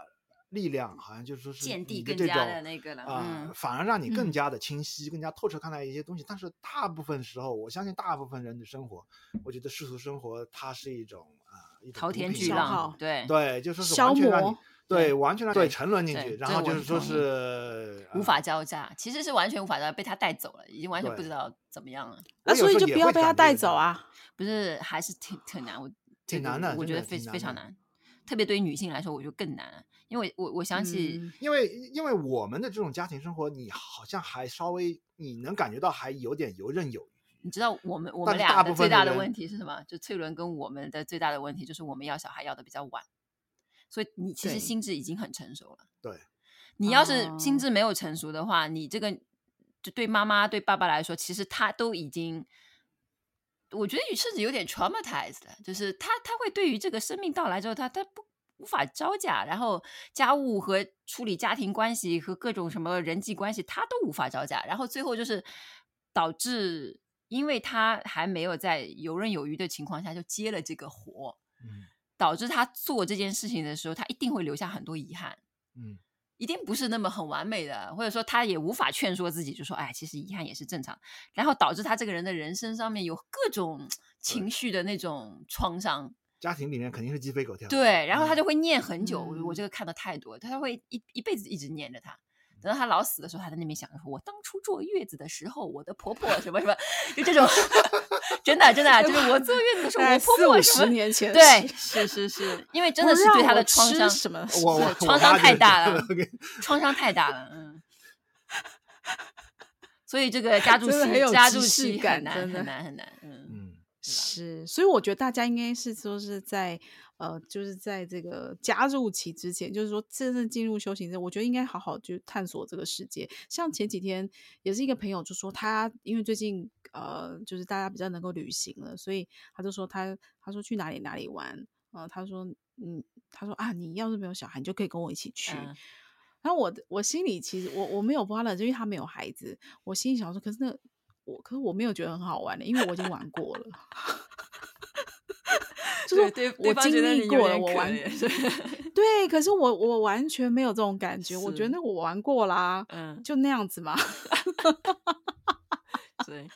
Speaker 2: 力量，好像就说是
Speaker 3: 见地
Speaker 2: 你的
Speaker 3: 更
Speaker 2: 这
Speaker 3: 加的
Speaker 2: 种
Speaker 3: 那个了，
Speaker 2: 啊、
Speaker 3: 嗯
Speaker 2: 反而让你更
Speaker 1: 嗯
Speaker 2: 加的清晰、更加透彻看待一些东西。但是大部分时候，我相信大部分人的生活，我觉得世俗生活它是一种啊、一种
Speaker 3: 淘
Speaker 2: 毒
Speaker 3: 田
Speaker 2: 品
Speaker 3: 巨
Speaker 1: 消
Speaker 2: 嘛
Speaker 3: 浪
Speaker 1: 耗，
Speaker 3: 对，
Speaker 2: 对，就说是
Speaker 1: 消
Speaker 2: 完全让你
Speaker 1: 磨
Speaker 2: 对
Speaker 3: 对
Speaker 2: 完全让
Speaker 3: 对
Speaker 2: 你沉沦进
Speaker 3: 对
Speaker 2: 去，然
Speaker 3: 这
Speaker 2: 后
Speaker 3: 我
Speaker 2: 就是
Speaker 3: 很
Speaker 2: 说
Speaker 3: 同意
Speaker 2: 是
Speaker 3: 无法
Speaker 2: 啊
Speaker 3: 交叉，其实是完全无法交叉，被他带走了，已经完全不
Speaker 2: 对
Speaker 3: 知道怎么样了。
Speaker 1: 那
Speaker 2: 我有
Speaker 1: 所以
Speaker 2: 时候
Speaker 1: 就
Speaker 2: 也
Speaker 1: 不要
Speaker 2: 会
Speaker 1: 被他
Speaker 2: 感觉
Speaker 1: 带
Speaker 2: 有
Speaker 1: 走
Speaker 2: 这样
Speaker 1: 啊。
Speaker 3: 不是还是挺挺难，我这
Speaker 2: 挺
Speaker 3: 个
Speaker 2: 难的
Speaker 3: 我
Speaker 2: 真
Speaker 3: 觉得
Speaker 2: 的
Speaker 3: 非
Speaker 2: 挺
Speaker 3: 非
Speaker 2: 难
Speaker 3: 常
Speaker 2: 的
Speaker 3: 难，特别对于女性来说，我就更难了，因为我我想起、
Speaker 1: 嗯
Speaker 2: 因为因为我们的这种家庭生活，你好像还稍微你能感觉到还有点游刃有余。
Speaker 3: 你知道我们我
Speaker 2: 但
Speaker 3: 们
Speaker 2: 是
Speaker 3: 俩
Speaker 2: 大
Speaker 3: 的
Speaker 2: 部
Speaker 3: 最
Speaker 2: 分的
Speaker 3: 大的
Speaker 2: 人
Speaker 3: 问题是什么？就翠伦跟我们的最大的问题就是我们要小孩要的比较晚，所以你其实
Speaker 1: 对
Speaker 3: 心智已经很成熟了。
Speaker 2: 对，
Speaker 3: 你要是心
Speaker 1: 哦
Speaker 3: 智没有成熟的话，你这个就对妈妈对爸爸来说，其实他都已经。我觉得甚至有点 traumatized 了，就是他他会对于这个生命到来之后，他他不无法招架，然后家务和处理家庭关系和各种什么人际关系，他都无法招架，然后最后就是导致，因为他还没有在游刃有余的情况下就接了这个活，
Speaker 2: 嗯
Speaker 3: 导致他做这件事情的时候，他一定会留下很多遗憾。
Speaker 2: 嗯，
Speaker 3: 一定不是那么很完美的，或者说他也无法劝说自己，就说哎，其实遗憾也是正常。然后导致他这个人的人生上面有各种情绪的那种创伤，
Speaker 2: 家庭里面肯定是鸡飞狗跳的。
Speaker 3: 对，然后
Speaker 2: 嗯
Speaker 3: 他就会念很久。我我
Speaker 1: 嗯
Speaker 3: 这个看的太多，他会一一辈子一直念着他。等到他老死的时候，他在那边想着说：“我当初坐月子的时候，我的婆婆什么什么，就这种， 真的真的，就是我坐月子的时候，
Speaker 1: 大概
Speaker 3: 我婆
Speaker 1: 哎四
Speaker 3: 婆
Speaker 1: 五
Speaker 3: 什
Speaker 1: 十
Speaker 3: 么，
Speaker 1: 年前，
Speaker 3: 对
Speaker 1: 是是是，
Speaker 3: 因为真
Speaker 1: 不
Speaker 3: 的是
Speaker 1: 让
Speaker 3: 对他
Speaker 1: 我
Speaker 3: 的创
Speaker 1: 吃
Speaker 3: 伤，
Speaker 1: 什么
Speaker 2: 我我
Speaker 3: 对
Speaker 2: 我
Speaker 3: 创
Speaker 2: 妈
Speaker 3: 伤
Speaker 2: 就
Speaker 3: 太
Speaker 2: 是
Speaker 3: 大
Speaker 2: 这样
Speaker 3: 了创伤太大了，嗯。所以这个 家住
Speaker 1: 真的很
Speaker 3: 戏，
Speaker 1: 有
Speaker 3: 家
Speaker 1: 即
Speaker 3: 住
Speaker 1: 视
Speaker 3: 戏很
Speaker 1: 感
Speaker 3: 难
Speaker 1: 真的
Speaker 3: 很难很难，嗯，
Speaker 2: 嗯，
Speaker 1: 是，所以我觉得大家应该是说是在呃，就是在这个加入期之前，就是说真正进入修行之前，我觉得应该好好去探索这个世界。像前几天也是一个朋友就说他，因为最近呃，就是大家比较能够旅行了，所以他就说他他说去哪里哪里玩，呃，他说嗯，他说啊，你要是没有小孩，你就可以跟我一起去。
Speaker 3: 嗯
Speaker 1: 然后我的我心里其实我我没有不 o t 因为他没有孩子，我心里想说，可是那我可是我没有觉得很好玩的、因为我已经玩过了。 就是
Speaker 3: 对对
Speaker 1: 我
Speaker 3: 对方
Speaker 1: 经
Speaker 3: 觉得
Speaker 1: 历
Speaker 3: 你有
Speaker 1: 过了，
Speaker 3: 点
Speaker 1: 我
Speaker 3: 可
Speaker 1: 玩
Speaker 3: 怜
Speaker 1: 对，可是我我完全没有这种感觉，我觉得
Speaker 3: 是
Speaker 1: 那我玩过啦，
Speaker 3: 嗯，
Speaker 1: 就那样子嘛。
Speaker 3: 对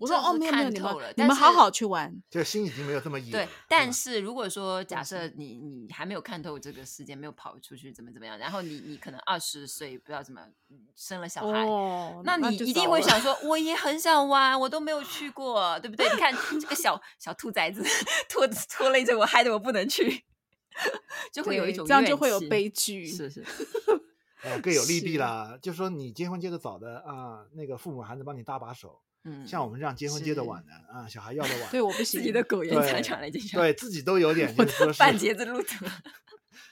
Speaker 1: 我说
Speaker 3: 这样
Speaker 1: 哦，
Speaker 3: 是
Speaker 1: 没有没有，
Speaker 3: 看
Speaker 1: 你
Speaker 3: 透了
Speaker 1: 们你
Speaker 3: 但
Speaker 1: 们好
Speaker 3: 是
Speaker 1: 好去玩，
Speaker 2: 这心已经没有这么野了。嗯
Speaker 3: 嗯对
Speaker 2: 吧。
Speaker 3: 但是如果说假设
Speaker 1: 是
Speaker 3: 你你还没有看透这个世界，没有跑出去怎么怎么样，然后你你可能二十岁不知道怎么嗯生了小孩，
Speaker 1: 哦，
Speaker 3: 那你
Speaker 1: 就
Speaker 3: 一定
Speaker 1: 糟
Speaker 3: 会
Speaker 1: 了
Speaker 3: 想说，我也很想玩，我都没有去过，对不对？你看这 个小小兔崽子 拖拖累着我，害得我不能去， 就 会有一
Speaker 1: 对
Speaker 3: 种
Speaker 1: 这样
Speaker 3: 怨
Speaker 1: 就会有
Speaker 3: 气
Speaker 1: 悲剧，
Speaker 3: 是是，
Speaker 2: 哎，各有利弊
Speaker 1: 是
Speaker 2: 啦。就说你结婚结的早的啊、那个父母还能帮你搭把手。
Speaker 3: 嗯，
Speaker 2: 像我们这样结婚结的
Speaker 3: 是
Speaker 2: 晚的啊、小孩要的晚，
Speaker 1: 对我不
Speaker 3: 自
Speaker 1: 行
Speaker 3: 己的苟延残
Speaker 2: 对
Speaker 3: 喘了已经是，
Speaker 2: 对自己都有点
Speaker 3: 我
Speaker 2: 就是
Speaker 3: 的
Speaker 2: 说
Speaker 3: 半
Speaker 2: 是，
Speaker 3: 截子路 途，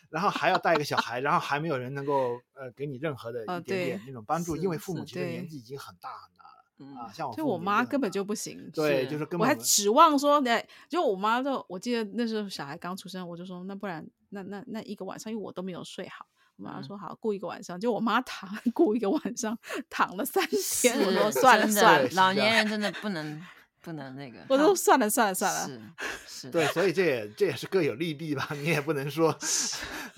Speaker 2: 然后还要带个小孩，然后还没有人能够呃给你任何的
Speaker 1: 呃
Speaker 2: 一点点
Speaker 1: 对
Speaker 2: 那种帮助，
Speaker 3: 哦是
Speaker 2: 因为父母
Speaker 3: 是
Speaker 2: 其实年
Speaker 1: 对
Speaker 2: 纪已经很大很大了
Speaker 3: 嗯
Speaker 2: 啊。像我
Speaker 1: 所以
Speaker 2: 父
Speaker 1: 我
Speaker 2: 母年纪
Speaker 1: 妈
Speaker 2: 很
Speaker 1: 根本
Speaker 2: 大
Speaker 1: 就不行，
Speaker 2: 对，
Speaker 3: 是
Speaker 2: 就是根
Speaker 1: 我还
Speaker 2: 本
Speaker 1: 指望说，哎，就我妈就，我记得那时候小孩刚出生，我就说，那不然，那那那一个晚上，因为我都没有睡好，我妈
Speaker 3: 嗯
Speaker 1: 说好，过一个晚上，就我妈躺过一个晚上，躺了三 天，我
Speaker 3: 是
Speaker 1: 说算了
Speaker 3: 真的
Speaker 1: 算了，
Speaker 3: 老
Speaker 2: 是这样
Speaker 3: 年人真的不能不能那个，
Speaker 1: 我说算了算了算了，
Speaker 3: 是是，
Speaker 2: 对，所以这也这也是各有利弊吧。你也不能 说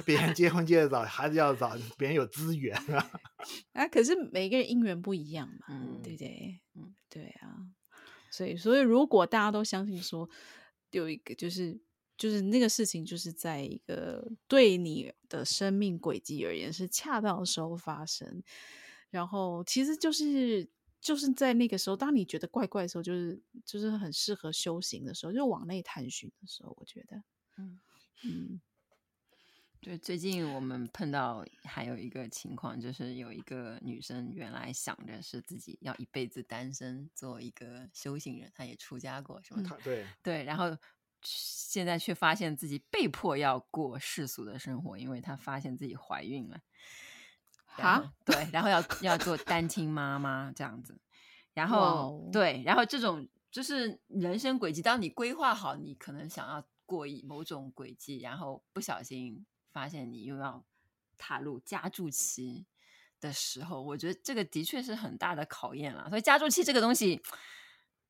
Speaker 2: 别人结婚结的早，孩子要早，别人有资源啊。
Speaker 1: 啊，可是每个人姻缘不一样嘛，
Speaker 3: 嗯
Speaker 1: 对不对？
Speaker 3: 嗯，
Speaker 1: 对啊，所以所以如果大家都相信说有一个就是就是那个事情就是在一个对你的生命轨迹而言是恰当的时候发生，然后其实就是。就是在那个时候，当你觉得怪怪的时候，就是就是很适合修行的时候，就往内探寻的时候，我觉得，
Speaker 3: 嗯
Speaker 1: 嗯，
Speaker 3: 对，最近我们碰到还有一个情况，就是有一个女生原来想着是自己要一辈子单身，做一个修行人，她也出家过
Speaker 1: 嗯
Speaker 3: 什么的，
Speaker 2: 他对，
Speaker 3: 对，然后现在却发现自己被迫要过世俗的生活，因为她发现自己怀孕了。然
Speaker 1: 哈
Speaker 3: 后对，然后要要做单亲妈妈这样子，然
Speaker 1: 哇
Speaker 3: 后
Speaker 1: 哦
Speaker 3: 对，然后这种就是人生轨迹，当你规划好你可能想要过一某种轨迹，然后不小心发现你又要踏入家住期的时候，我觉得这个的确是很大的考验了。所以家住期这个东西。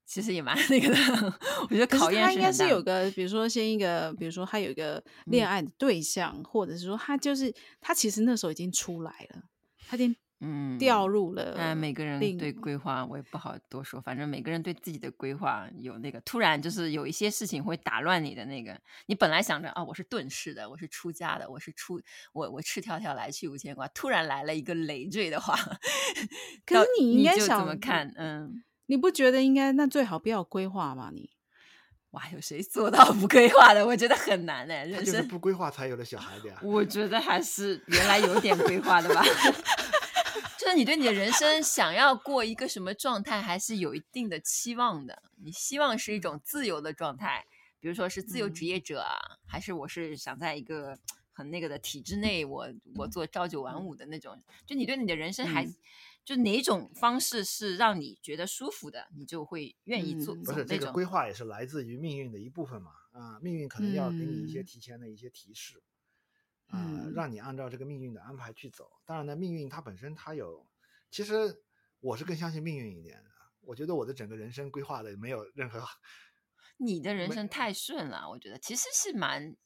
Speaker 3: 其实也蛮 那个的，我觉得
Speaker 1: 可
Speaker 3: 考
Speaker 1: 是
Speaker 3: 验
Speaker 1: 他应该
Speaker 3: 很大
Speaker 1: 是
Speaker 3: 的
Speaker 1: 有个，比如说先一个，比如说他有一个恋
Speaker 3: 嗯
Speaker 1: 爱的对象，或者是说他就是他其实那时候已经出来了，他已经
Speaker 3: 嗯
Speaker 1: 掉入了。
Speaker 3: 哎，每个人
Speaker 1: 另
Speaker 3: 对规划我也不好多说，反正每个人对自己的规划有那个，突然就是有一些事情会打乱你的那个。你本来想着啊，我是遁世的，我是出家的，我是出我我赤条条来去无牵挂，突然来了一个累赘的话，
Speaker 1: 可是
Speaker 3: 到
Speaker 1: 你应该
Speaker 3: 就
Speaker 1: 想
Speaker 3: 怎么看？嗯，
Speaker 1: 你不觉得应该那最好不要规划吗？你
Speaker 3: 哇，有谁做到不规划的？我觉得很难哎，
Speaker 2: 他
Speaker 3: 人
Speaker 2: 就是
Speaker 3: 生
Speaker 2: 不规划才有了小孩的
Speaker 1: 啊
Speaker 2: 呀。
Speaker 3: 我觉得还是原来有点规划的吧。 就是你对你的人生想要过一个什么状态，还是有一定的期望的。你希望是一种自由的状态，比如说是自由职业者啊，还是我是想在一个很那个的体制内，我我做朝九晚五的那种。就你对你的人生还，
Speaker 1: 嗯
Speaker 3: 就哪种方式是让你觉得舒服的，你就会愿意做、
Speaker 1: 嗯
Speaker 2: 不
Speaker 3: 走
Speaker 2: 是
Speaker 3: 那
Speaker 2: 这个
Speaker 3: 种。
Speaker 2: 规划也是来自于命运的一部分嘛？啊，命运可能要给你一些
Speaker 1: 嗯
Speaker 2: 提前的一些提示，啊
Speaker 1: 嗯，
Speaker 2: 让你按照这个命运的安排去走。当然呢，命运它本身它有，其实我是更相信命运一点的。我觉得我的整个人生规划的没有任何，
Speaker 3: 你的人
Speaker 2: 没
Speaker 3: 生太顺了，我觉得其实是蛮，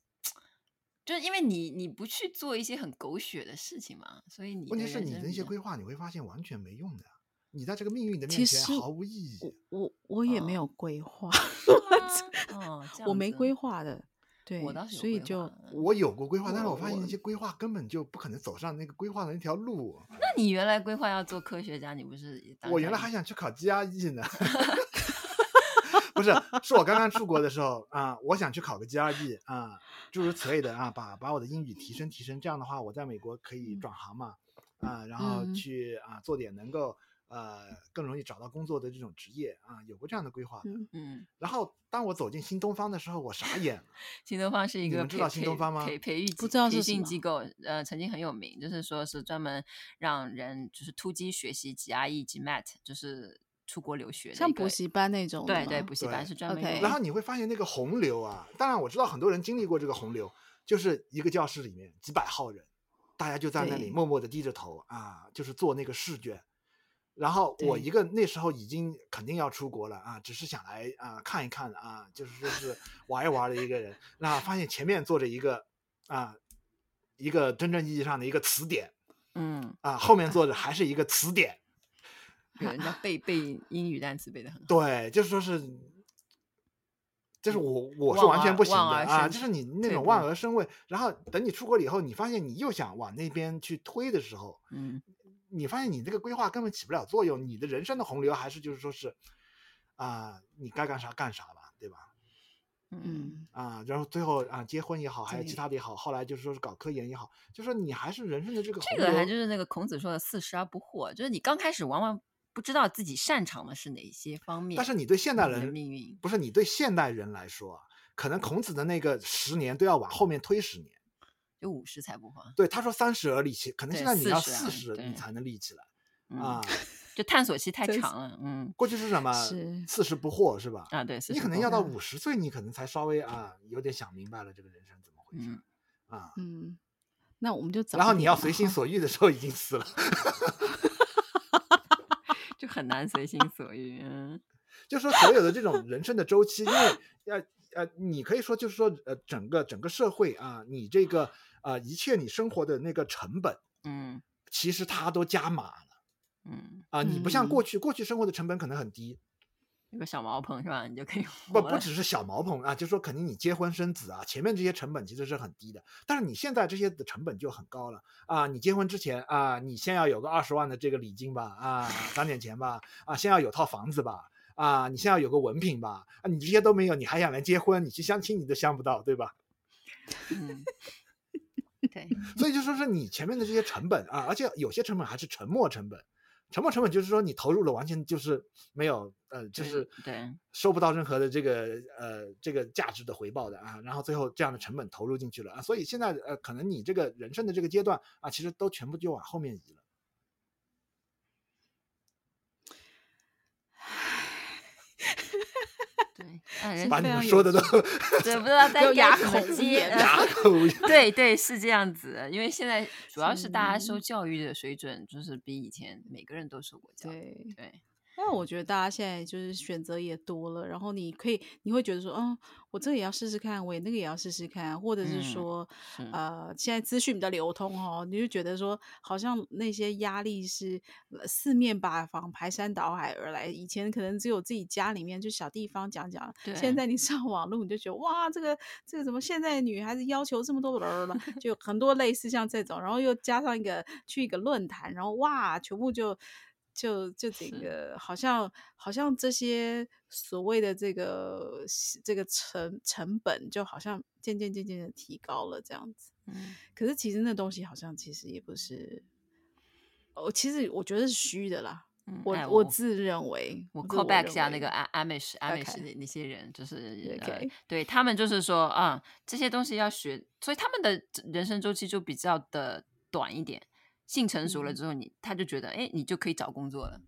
Speaker 3: 就是因为你你不去做一些很狗血的事情嘛，所以你
Speaker 2: 问题
Speaker 3: 的
Speaker 2: 是
Speaker 3: 人
Speaker 2: 你
Speaker 3: 生
Speaker 2: 的那
Speaker 3: 比
Speaker 2: 些
Speaker 3: 较
Speaker 2: 规划，你会发现完全没用的。你在这个命运的面
Speaker 1: 其
Speaker 2: 前
Speaker 1: 实
Speaker 2: 毫无意义。
Speaker 1: 我我我也没
Speaker 3: 哦
Speaker 1: 有规划，
Speaker 3: 是吗哦，这
Speaker 1: 我
Speaker 3: 样
Speaker 1: 没
Speaker 3: 子
Speaker 1: 规划的。对，
Speaker 3: 我当时有
Speaker 1: 所以
Speaker 3: 规划
Speaker 1: 就
Speaker 3: 嗯
Speaker 2: 我有过规划，但是
Speaker 3: 我
Speaker 2: 我发现
Speaker 3: 我
Speaker 2: 那些规划根本就不可能走上那个规划的那条路。
Speaker 3: 那你原来规划要做科学家，你不是也当
Speaker 2: 我原
Speaker 3: 下
Speaker 2: 来
Speaker 3: 一
Speaker 2: 还想去考 GRE 呢，不是，是我刚刚出国的时候啊、我想去考个 GRE 啊、诸如此类的啊，把把我的英语提升提升，这样的话我在美国可以转行嘛，啊、然后
Speaker 1: 嗯
Speaker 2: 去啊、做点能够呃更容易找到工作的这种职业啊、有过这样的规划的。
Speaker 1: 嗯
Speaker 3: 嗯，
Speaker 2: 然后当我走进新东方的时候，我傻眼了，
Speaker 3: 新东方是一
Speaker 2: 你
Speaker 3: 个
Speaker 2: 们知
Speaker 3: 培
Speaker 2: 道新
Speaker 3: 培
Speaker 2: 东方吗
Speaker 3: 培培育
Speaker 1: 不
Speaker 3: 机
Speaker 1: 知道
Speaker 3: 培
Speaker 1: 是什
Speaker 3: 训
Speaker 1: 么
Speaker 3: 机构，呃，曾经很有名，就是说是专门让人就是突击学习 GRE、GMAT，就是出国留学的
Speaker 1: 像
Speaker 3: 一个
Speaker 1: 补习班那种的
Speaker 3: 对
Speaker 1: 吗，
Speaker 3: 对补习班
Speaker 2: 对
Speaker 3: 是专门
Speaker 1: OK
Speaker 3: 用
Speaker 2: 然后你会发现那个洪流啊，当然我知道很多人经历过这个洪流，就是一个教室里面几百号人，大家就在那里
Speaker 1: 对
Speaker 2: 默默的低着头啊，就是做那个试卷。然后我
Speaker 1: 对
Speaker 2: 一个那时候已经肯定要出国了啊，只是想来啊看一看啊，就是说是玩一玩的一个人，那发现前面坐着一个啊一个真正意义上的一个词典
Speaker 3: 嗯，
Speaker 2: 啊，后面坐着还是一个词典，
Speaker 3: 有人家背背英语单词背的很好。
Speaker 2: 对，就是说是，就是我我是
Speaker 3: 嗯望
Speaker 2: 完全
Speaker 3: 而
Speaker 2: 不行的
Speaker 3: 望而
Speaker 2: 啊，
Speaker 3: 生
Speaker 2: 就是你那
Speaker 3: 退
Speaker 2: 种
Speaker 3: 步
Speaker 2: 望而生畏。然后等你出国了以后，你发现你又想往那边去推的时候，
Speaker 3: 嗯，
Speaker 2: 你发现你这个规划根本起不了作用，你的人生的洪流还是就是说是啊、你该干啥干啥吧，对吧？
Speaker 3: 嗯，
Speaker 1: 嗯，
Speaker 2: 啊，然后最后啊，结婚也好，还有其
Speaker 1: 对
Speaker 2: 他的也好，后来就是说是搞科研也好，就说你还是人生的这个
Speaker 3: 这
Speaker 2: 洪
Speaker 3: 个还
Speaker 2: 流
Speaker 3: 就是那个孔子说的“四十而不惑”，就是你刚开始往往不知道自己擅长的是哪些方面，
Speaker 2: 但是你对现代
Speaker 3: 你的
Speaker 2: 人
Speaker 3: 命运
Speaker 2: 不是你对现代人来说啊，可能孔子的那个十年都要往后面推十年。
Speaker 3: 就五十才不惑，
Speaker 2: 对，他说三十而立起，可能
Speaker 3: 对
Speaker 2: 现在你要
Speaker 3: 40
Speaker 2: 四
Speaker 3: 啊
Speaker 2: 十
Speaker 3: 对
Speaker 2: 你才能立起来、
Speaker 3: 嗯、
Speaker 2: 啊。
Speaker 3: 就探索期太
Speaker 1: 真是
Speaker 3: 长了，嗯
Speaker 2: 过去是什么
Speaker 1: 是？
Speaker 2: 四十不惑是吧？
Speaker 3: 啊，对，40
Speaker 2: 你可能
Speaker 3: 不惑
Speaker 2: 要到五十岁，你可能才稍微啊有点想明白了这个人生怎么回事、
Speaker 3: 嗯，
Speaker 2: 啊。
Speaker 1: 嗯，那我们就早
Speaker 2: 然后
Speaker 1: 一
Speaker 2: 你
Speaker 1: 点
Speaker 2: 要
Speaker 1: 吧
Speaker 2: 随心所欲的时候已经死了，
Speaker 3: 就很难随心所欲，嗯
Speaker 2: 就说所有的这种人生的周期，因为呃呃，你可以说就是说呃整个整个社会啊，你这个啊一切你生活的那个成本，
Speaker 3: 嗯
Speaker 2: 其实它都加码了
Speaker 3: 嗯，
Speaker 2: 啊。你不像过去，过去生活的成本可能很低，
Speaker 3: 有个小茅棚是吧？你就可以
Speaker 2: 不
Speaker 3: 活
Speaker 2: 不
Speaker 3: 了
Speaker 2: 只是小茅棚啊，就说肯定你结婚生子啊，前面这些成本其实是很低的，但是你现在这些的成本就很高了啊！你结婚之前啊，你先要有个二十万的这个礼金吧，啊，攒点钱吧，啊，先要有套房子吧，啊，你先要有个文凭吧，啊，你这些都没有，你还想来结婚？你去相亲你都相不到，对吧？
Speaker 3: 嗯，对，
Speaker 2: 所以就说是你前面的这些成本啊，而且有些成本还是沉没成本，沉没成本就是说你投入了，完全就是没有呃，就
Speaker 3: 对
Speaker 2: 是
Speaker 3: 对
Speaker 2: 收不到任何的这个呃这个价值的回报的啊，然后最后这样的成本投入进去了啊，所以现在呃可能你这个人生的这个阶段啊，其实都全部就往后面移了。
Speaker 3: 对，让人
Speaker 2: 把
Speaker 1: 非
Speaker 2: 你们
Speaker 1: 常
Speaker 2: 说
Speaker 1: 有
Speaker 2: 的都
Speaker 3: 对不知道
Speaker 1: 没
Speaker 3: 在
Speaker 1: 有哑
Speaker 3: 该怎么
Speaker 1: 口无
Speaker 3: 接
Speaker 1: 言，
Speaker 2: 哑口无言。
Speaker 3: 对对，是这样子，因为现在主要是大家受
Speaker 1: 是
Speaker 3: 教育的水准，就是比以前每个人都受过教
Speaker 1: 对。
Speaker 3: 育。对，
Speaker 1: 那我觉得大家现在就是选择也多了，然后你可以，你会觉得说，嗯，我这个也要试试看，我也那个也要试试看，或者是
Speaker 3: 嗯
Speaker 1: 说，
Speaker 3: 是
Speaker 1: 呃，现在资讯比较流通哦，你就觉得说，好像那些压力是呃四面八方、排山倒海而来。以前可能只有自己家里面就小地方讲讲，
Speaker 3: 对
Speaker 1: 现在你上网络，你就觉得哇，这个这个怎么现在女孩子要求这么多了了，就有很多类似像这种，然后又加上一个去一个论坛，然后哇，全部就就就整
Speaker 3: 是
Speaker 1: 个好像好像这些所谓的这个这个成成本，就好像渐渐渐渐的提高了这样子。
Speaker 3: 嗯
Speaker 1: 可是其实那东西好像其实也不是，哦，其实我觉得是虚的啦。
Speaker 3: 嗯
Speaker 1: 我、
Speaker 3: 哎
Speaker 1: 我自认为，
Speaker 3: 我
Speaker 1: 自
Speaker 3: call back
Speaker 1: 认
Speaker 3: 一下那
Speaker 1: 为
Speaker 3: 个啊阿阿美什阿美什
Speaker 1: OK
Speaker 3: 那那些人，就是呃
Speaker 1: OK
Speaker 3: 对他们就是说啊、这些东西要学，所以他们的人生周期就比较的短一点。性成熟了
Speaker 1: 嗯
Speaker 3: 之后你，他就觉得，哎，你就可以找工作了。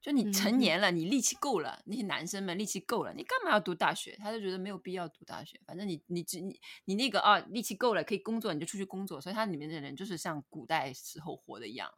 Speaker 3: 就你
Speaker 1: 嗯
Speaker 3: 成
Speaker 1: 嗯
Speaker 3: 年了，你力气够了，那些男生们力气够了，你干嘛要读大学？他就觉得没有必要读大学，反正你你只你你那个啊，力气够了可以工作，你就出去工作。所以他里面的人就是像古代时候活的一样，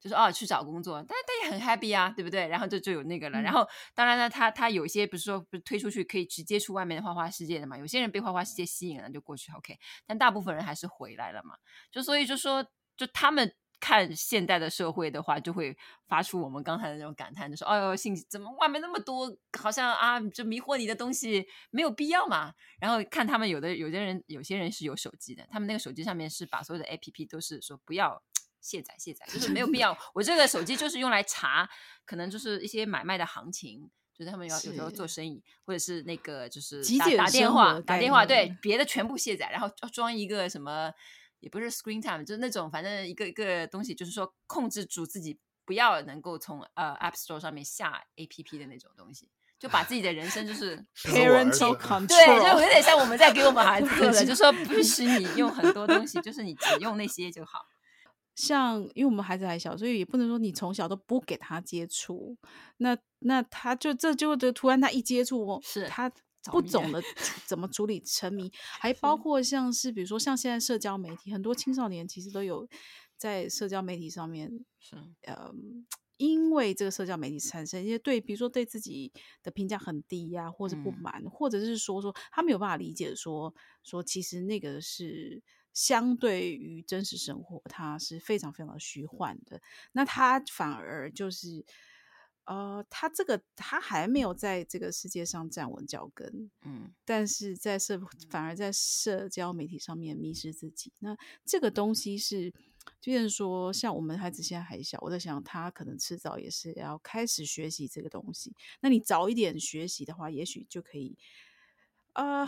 Speaker 3: 就是哦去找工作，但但也很 happy 啊，对不对？然后就就有那个了。然
Speaker 1: 嗯
Speaker 3: 后当然呢，他他有一些不是说不是推出去可以去接触外面的花花世界的嘛，有些人被花花世界吸引了就过去 OK，但大部分人还是回来了嘛。就所以就说，就他们看现代的社会的话，就会发出我们刚才的那种感叹，就是哎呦，信怎么外面那么多，好像啊，这迷惑你的东西没有必要嘛。然后看他们有的有些人有些人是有手机的，他们那个手机上面是把所有的 A P P 都是说不要卸载卸载，就是没有必要。我这个手机就是用来查，可能就是一些买卖的行情。就是他们有有时候
Speaker 1: 是
Speaker 3: 做生意，或者是那个就是
Speaker 1: 极
Speaker 3: 打
Speaker 1: 简
Speaker 3: 打电
Speaker 1: 生
Speaker 3: 话
Speaker 1: 活
Speaker 3: 打
Speaker 1: 概
Speaker 3: 电话，对
Speaker 1: 念
Speaker 3: 别的全部卸载，然后装一个什么也不是 screen time，就是那种反正一个一个东西，就是说控制住自己不要能够从呃 App Store 上面下 APP 的那种东西，就把自己的人生就是
Speaker 2: 是我儿子
Speaker 1: parental
Speaker 2: 啊
Speaker 1: control，
Speaker 3: 对，就有 点像我们在给我们孩子做的，
Speaker 1: 是
Speaker 3: 就说 不许你用很多东西，就是你只用那些就好。
Speaker 1: 像因为我们孩子还小，所以也不能说你从小都不给他接触。那那他就这就就突然他一接触哦，
Speaker 3: 是
Speaker 1: 他
Speaker 3: 着
Speaker 1: 不
Speaker 3: 迷
Speaker 1: 懂得怎么处理沉迷，还包括像是比如说像现在社交媒体，很多青少年其实都有在社交媒体上面
Speaker 3: 是，
Speaker 1: 呃，因为这个社交媒体产生一些对，比如说对自己的评价很低呀、或者不
Speaker 3: 嗯
Speaker 1: 满，或者是说说他没有办法理解说说其实那个是相对于真实生活，它是非常非常虚幻的。那他反而就是。呃，他这个他还没有在这个世界上站稳脚跟，
Speaker 3: 嗯，
Speaker 1: 但是在社反而在社交媒体上面迷失自己。那这个东西是，就是说，像我们孩子现在还小，我在想他可能迟早也是要开始学习这个东西。那你早一点学习的话，也许就可以，啊、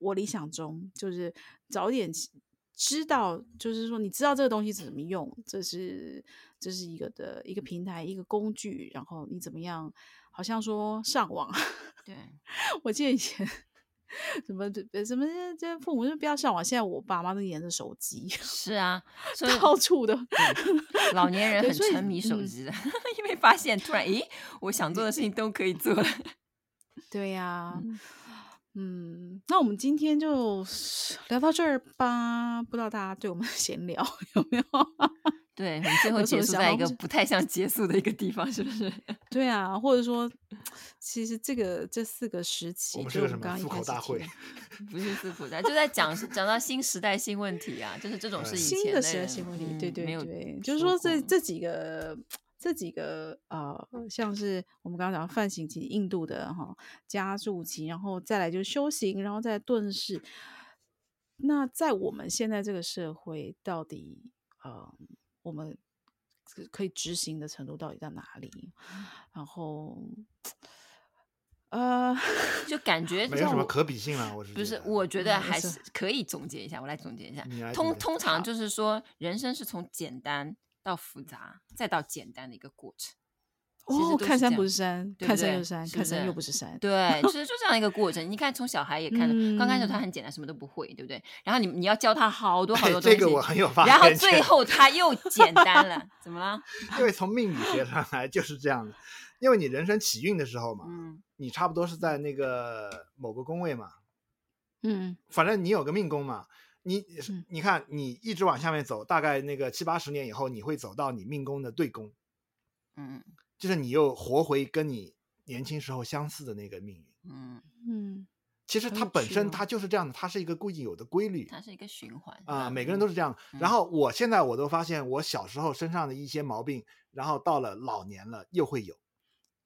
Speaker 1: 我理想中就是早一点知知道，就是说你知道这个东西怎么用，这是这是一个的一个平台一个工具，然后你怎么样，好像说上网。
Speaker 3: 对，
Speaker 1: 我记得以前什么什么这父母就不要上网，现在我爸妈都沿着手 机
Speaker 3: 是啊，所以
Speaker 1: 到处的。
Speaker 3: 老年人
Speaker 1: 对
Speaker 3: 很
Speaker 1: 所以
Speaker 3: 沉迷手
Speaker 1: 嗯
Speaker 3: 机的， 因为发现突然，诶，我想做的事情都可以做了。
Speaker 1: 对呀、
Speaker 3: 嗯
Speaker 1: 嗯，那我们今天就聊到这儿吧。不知道大家对我们的闲聊 有没有？
Speaker 3: 对，我们最后
Speaker 1: 有什
Speaker 3: 结
Speaker 1: 么
Speaker 3: 束
Speaker 1: 想
Speaker 3: 在
Speaker 1: 法
Speaker 3: 一个
Speaker 1: 不是
Speaker 3: 不太像结束的一个地方，是不是？
Speaker 1: 对啊，或者说，其实这个这四个时期，
Speaker 2: 我们
Speaker 1: 就是我
Speaker 2: 个什
Speaker 1: 们
Speaker 2: 么
Speaker 1: 刚刚一
Speaker 2: 出
Speaker 1: 开
Speaker 2: 口
Speaker 1: 始
Speaker 2: 大
Speaker 1: 提
Speaker 2: 会
Speaker 1: 的？
Speaker 3: 不是四 普在，就在讲讲到新时代新问题啊，就是这种是以前
Speaker 1: 新的时代
Speaker 3: 人
Speaker 1: 新闻里，对
Speaker 3: 嗯没
Speaker 1: 对
Speaker 3: 有
Speaker 1: 对，就是说这
Speaker 3: 过
Speaker 1: 这几个这几个呃，像是我们刚刚讲的泛型期、印度的哈加速期，然后再来就是修行，然后再来遁世。那在我们现在这个社会，到底呃，我们可可以执行的程度到底在哪里？然后呃，
Speaker 3: 就感觉
Speaker 2: 没有什
Speaker 3: 让
Speaker 2: 么
Speaker 3: 我
Speaker 2: 可比性了。我是
Speaker 3: 不
Speaker 2: 觉
Speaker 3: 是
Speaker 2: 得，
Speaker 3: 我觉得
Speaker 1: 嗯
Speaker 3: 还
Speaker 1: 是
Speaker 3: 是可以总结一下，我来总结一下
Speaker 2: 你来。总
Speaker 3: 通
Speaker 2: 结
Speaker 3: 通常就是说，人生是从简单到复杂，再到简单的一个过 程。其实
Speaker 1: 哦，
Speaker 3: 都是
Speaker 1: 看
Speaker 3: 这
Speaker 1: 山
Speaker 3: 样
Speaker 1: 不是山，
Speaker 3: 对不
Speaker 1: 看山
Speaker 3: 对
Speaker 1: 又山，
Speaker 3: 是
Speaker 1: 看
Speaker 3: 不
Speaker 1: 山
Speaker 3: 是
Speaker 1: 又不是山。
Speaker 3: 对，其实就这样一个过程。你看，从小孩也看到，刚开始他
Speaker 1: 嗯
Speaker 3: 很简单，什么都不会，对不对？然后你你要教他好多好
Speaker 2: 哎
Speaker 3: 多东西，
Speaker 2: 这个我很有发言
Speaker 3: 然
Speaker 2: 权。
Speaker 3: 后 最后他又简单了，怎么了？
Speaker 2: 因为从命理学上来就是这样的，因为你人生起运的时候嘛，
Speaker 3: 嗯，
Speaker 2: 你差不多是在那个某个宫位嘛，
Speaker 1: 嗯，
Speaker 2: 反正你有个命宫嘛，你
Speaker 1: 嗯
Speaker 2: 你看你一直往下面走，大概那个七八十年以后，你会走到你命宫的对宫，
Speaker 3: 嗯
Speaker 2: 就是你又活回跟你年轻时候相似的那个命运。
Speaker 3: 嗯，
Speaker 1: 嗯，
Speaker 2: 其实
Speaker 1: 好
Speaker 2: 它
Speaker 1: 有
Speaker 2: 本
Speaker 1: 趣
Speaker 2: 身
Speaker 1: 哦
Speaker 2: 它就是这样的，它是一个固定有的规律。
Speaker 3: 它是一个循环嗯
Speaker 2: 啊、每个人都
Speaker 3: 是
Speaker 2: 是这样。然后我现在我都发现，我小时候身上的一些毛病，然后到了老年了又会有。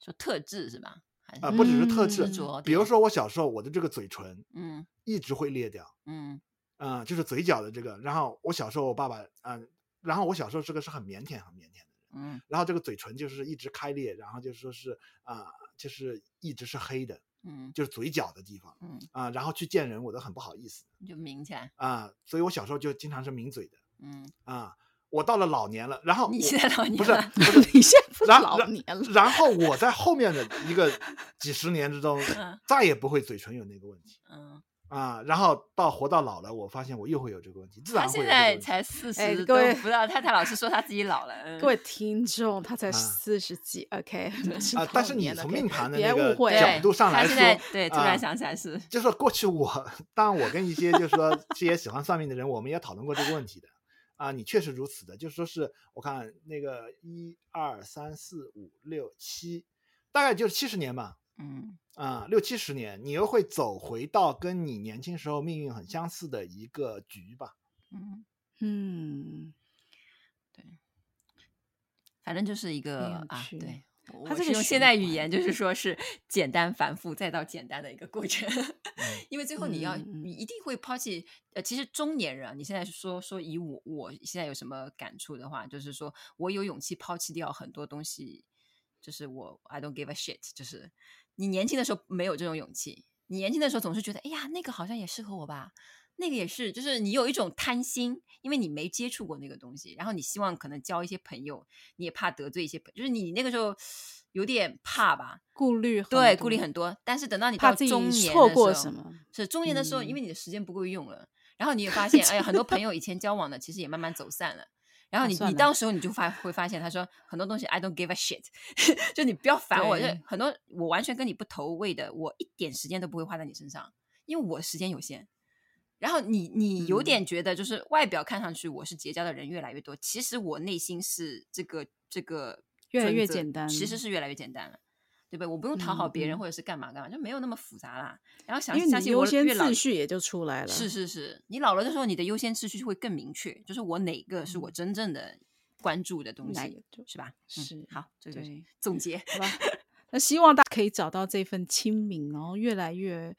Speaker 3: 说特质是吧？还
Speaker 2: 啊、不只是特
Speaker 1: 嗯
Speaker 2: 质
Speaker 3: 执着，
Speaker 2: 比如
Speaker 3: 对
Speaker 2: 说我小时候我的这个嘴唇
Speaker 3: 嗯
Speaker 2: 一直会裂掉，
Speaker 3: 嗯
Speaker 2: 啊、就是嘴角的这个。然后我小时候我爸爸，嗯、然后我小时候这个是很腼腆很腼腆的，
Speaker 3: 嗯
Speaker 2: 然后这个嘴唇就是一直开裂，然后就说是啊、就是一直是黑的，
Speaker 3: 嗯，
Speaker 2: 就是嘴角的地方，
Speaker 3: 嗯
Speaker 2: 啊、然后去见人我都很不好意思
Speaker 3: 就明起来，
Speaker 2: 啊、所以我小时候就经常是抿嘴的
Speaker 3: 嗯，
Speaker 2: 啊、我到了老年了，然后
Speaker 3: 你
Speaker 2: 哦我
Speaker 3: 现在老年
Speaker 2: 不是
Speaker 3: 了
Speaker 2: 不 是
Speaker 1: 你 现在不是
Speaker 2: 然
Speaker 1: 老
Speaker 2: 然
Speaker 1: 年了。
Speaker 2: 然后我在后面的一个几十年之中
Speaker 3: 嗯，
Speaker 2: 再也不会嘴唇有那个问题
Speaker 3: 嗯，
Speaker 2: 啊。然后到活到老了，我发现我又会有这个问题，自
Speaker 3: 他
Speaker 2: 然会有
Speaker 3: 现
Speaker 2: 这个
Speaker 3: 在
Speaker 2: 问题。
Speaker 3: 才四
Speaker 1: 哎
Speaker 3: 十，
Speaker 1: 各位
Speaker 3: 不到。太太老师说他自己老了，嗯
Speaker 1: 各位听众，他才
Speaker 2: 啊
Speaker 1: 四十几，OK，不 是
Speaker 2: 啊，但
Speaker 1: 老
Speaker 2: 是你
Speaker 1: 年
Speaker 2: 从
Speaker 1: OK，
Speaker 2: 命盘的
Speaker 1: 别
Speaker 2: 那个
Speaker 1: 误会，
Speaker 2: 角度上
Speaker 3: 他
Speaker 2: 来
Speaker 3: 现在
Speaker 2: 说，
Speaker 3: 对突然
Speaker 2: 啊
Speaker 3: 想起来是
Speaker 2: 就是过去我，当然我跟一些就是说这些喜欢算命的人，我们也讨论过这个问题的啊。你确实如此的，就是说是我看那个一二三四五六七，大概就是七十年吧。
Speaker 3: 嗯
Speaker 2: 啊、六七十年，你又会走回到跟你年轻时候命运很相似的一个局吧？
Speaker 3: 嗯。
Speaker 1: 嗯，
Speaker 3: 反正就是一
Speaker 1: 很
Speaker 3: 个
Speaker 1: 有
Speaker 3: 啊，
Speaker 1: 趣
Speaker 3: 对。我
Speaker 1: 它
Speaker 3: 我
Speaker 1: 这
Speaker 3: 是
Speaker 1: 个
Speaker 3: 用现
Speaker 1: 循
Speaker 3: 代语
Speaker 1: 环
Speaker 3: 言，就是说是简单、繁复，再到简单的一个过程。因为最后你要，
Speaker 1: 嗯嗯
Speaker 3: 你一定会抛弃。呃，其实中年人啊，你现在说说以我我现在有什么感触的话，就是说我有勇气抛弃掉很多东西，就是我 I don't give a shit，就是你年轻的时候没有这种勇气，你年轻的时候总是觉得，哎呀，那个好像也适合我吧，那个也是，就是你有一种贪心，因为你没接触过那个东西，然后你希望可能交一些朋友，你也怕得罪一些朋，就是你那个时候有点怕吧，
Speaker 1: 顾虑很
Speaker 3: 对，顾虑
Speaker 1: 多
Speaker 3: 很多。但是等到你
Speaker 1: 怕
Speaker 3: 到
Speaker 1: 自己
Speaker 3: 中年
Speaker 1: 错
Speaker 3: 的
Speaker 1: 过
Speaker 3: 时候
Speaker 1: 什么，
Speaker 3: 是中年的时候，因为
Speaker 1: 嗯
Speaker 3: 你的时间不够用了，然后你 也发现，哎呀，很多朋友以前交往的其实也慢慢走散了。然后
Speaker 1: 啊
Speaker 3: 你、
Speaker 1: 算
Speaker 3: 你
Speaker 1: 了
Speaker 3: 到时候你就发会发现，他说很多东西 I don't give a shit，就你 不要烦我，就
Speaker 1: 对
Speaker 3: 很多我完全跟你不投喂的，我一点时间都不会花在你身上，因为我时间有限。然后你你有
Speaker 1: 嗯
Speaker 3: 点觉得，就是外表看上去我是结交的人越来越多，其实我内心是这个这个
Speaker 1: 越来
Speaker 3: 准
Speaker 1: 越
Speaker 3: 则
Speaker 1: 简单
Speaker 3: 其实
Speaker 1: 了
Speaker 3: 是越来越简单了，对吧？我不用讨好
Speaker 1: 嗯
Speaker 3: 别人
Speaker 1: 嗯
Speaker 3: 或者是干嘛干嘛，就没有那么复杂啦。然后想
Speaker 1: 因为
Speaker 3: 相
Speaker 1: 你
Speaker 3: 信我
Speaker 1: 优先
Speaker 3: 越老
Speaker 1: 次序也就出来了。
Speaker 3: 是是是，你老了的时候，你的优先次序会更明确，就是我哪个是我
Speaker 1: 嗯
Speaker 3: 真正的关注的东
Speaker 1: 那
Speaker 3: 西
Speaker 1: 也，就是
Speaker 3: 吧？
Speaker 1: 是
Speaker 3: 嗯、好，这个
Speaker 1: 对
Speaker 3: 总结，
Speaker 1: 好吧。那希望大家可以找到这份清明，然后越来越，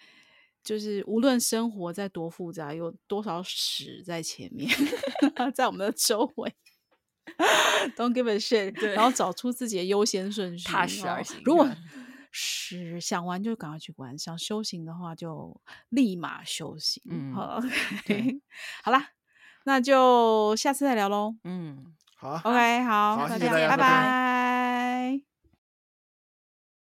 Speaker 1: 就是无论生活在多复杂，有多少屎在前面， 在我们的周围。Don't give a shit，
Speaker 3: 对
Speaker 1: 然后找出自己的优先顺序，
Speaker 3: 踏实
Speaker 1: 然
Speaker 3: 而
Speaker 1: 后
Speaker 3: 行
Speaker 1: 如
Speaker 3: 是
Speaker 1: 果
Speaker 3: 吧
Speaker 1: 是想玩就赶快去玩，想修行的话就立马修行。
Speaker 3: 嗯
Speaker 1: 好
Speaker 3: 对
Speaker 1: 好啦，那就下次再聊喽。
Speaker 3: 嗯。
Speaker 2: 好啊，
Speaker 1: OK，好，
Speaker 2: 好
Speaker 1: 大
Speaker 2: 谢谢
Speaker 1: 家
Speaker 2: 大家
Speaker 1: 拜
Speaker 2: 拜拜
Speaker 1: 拜。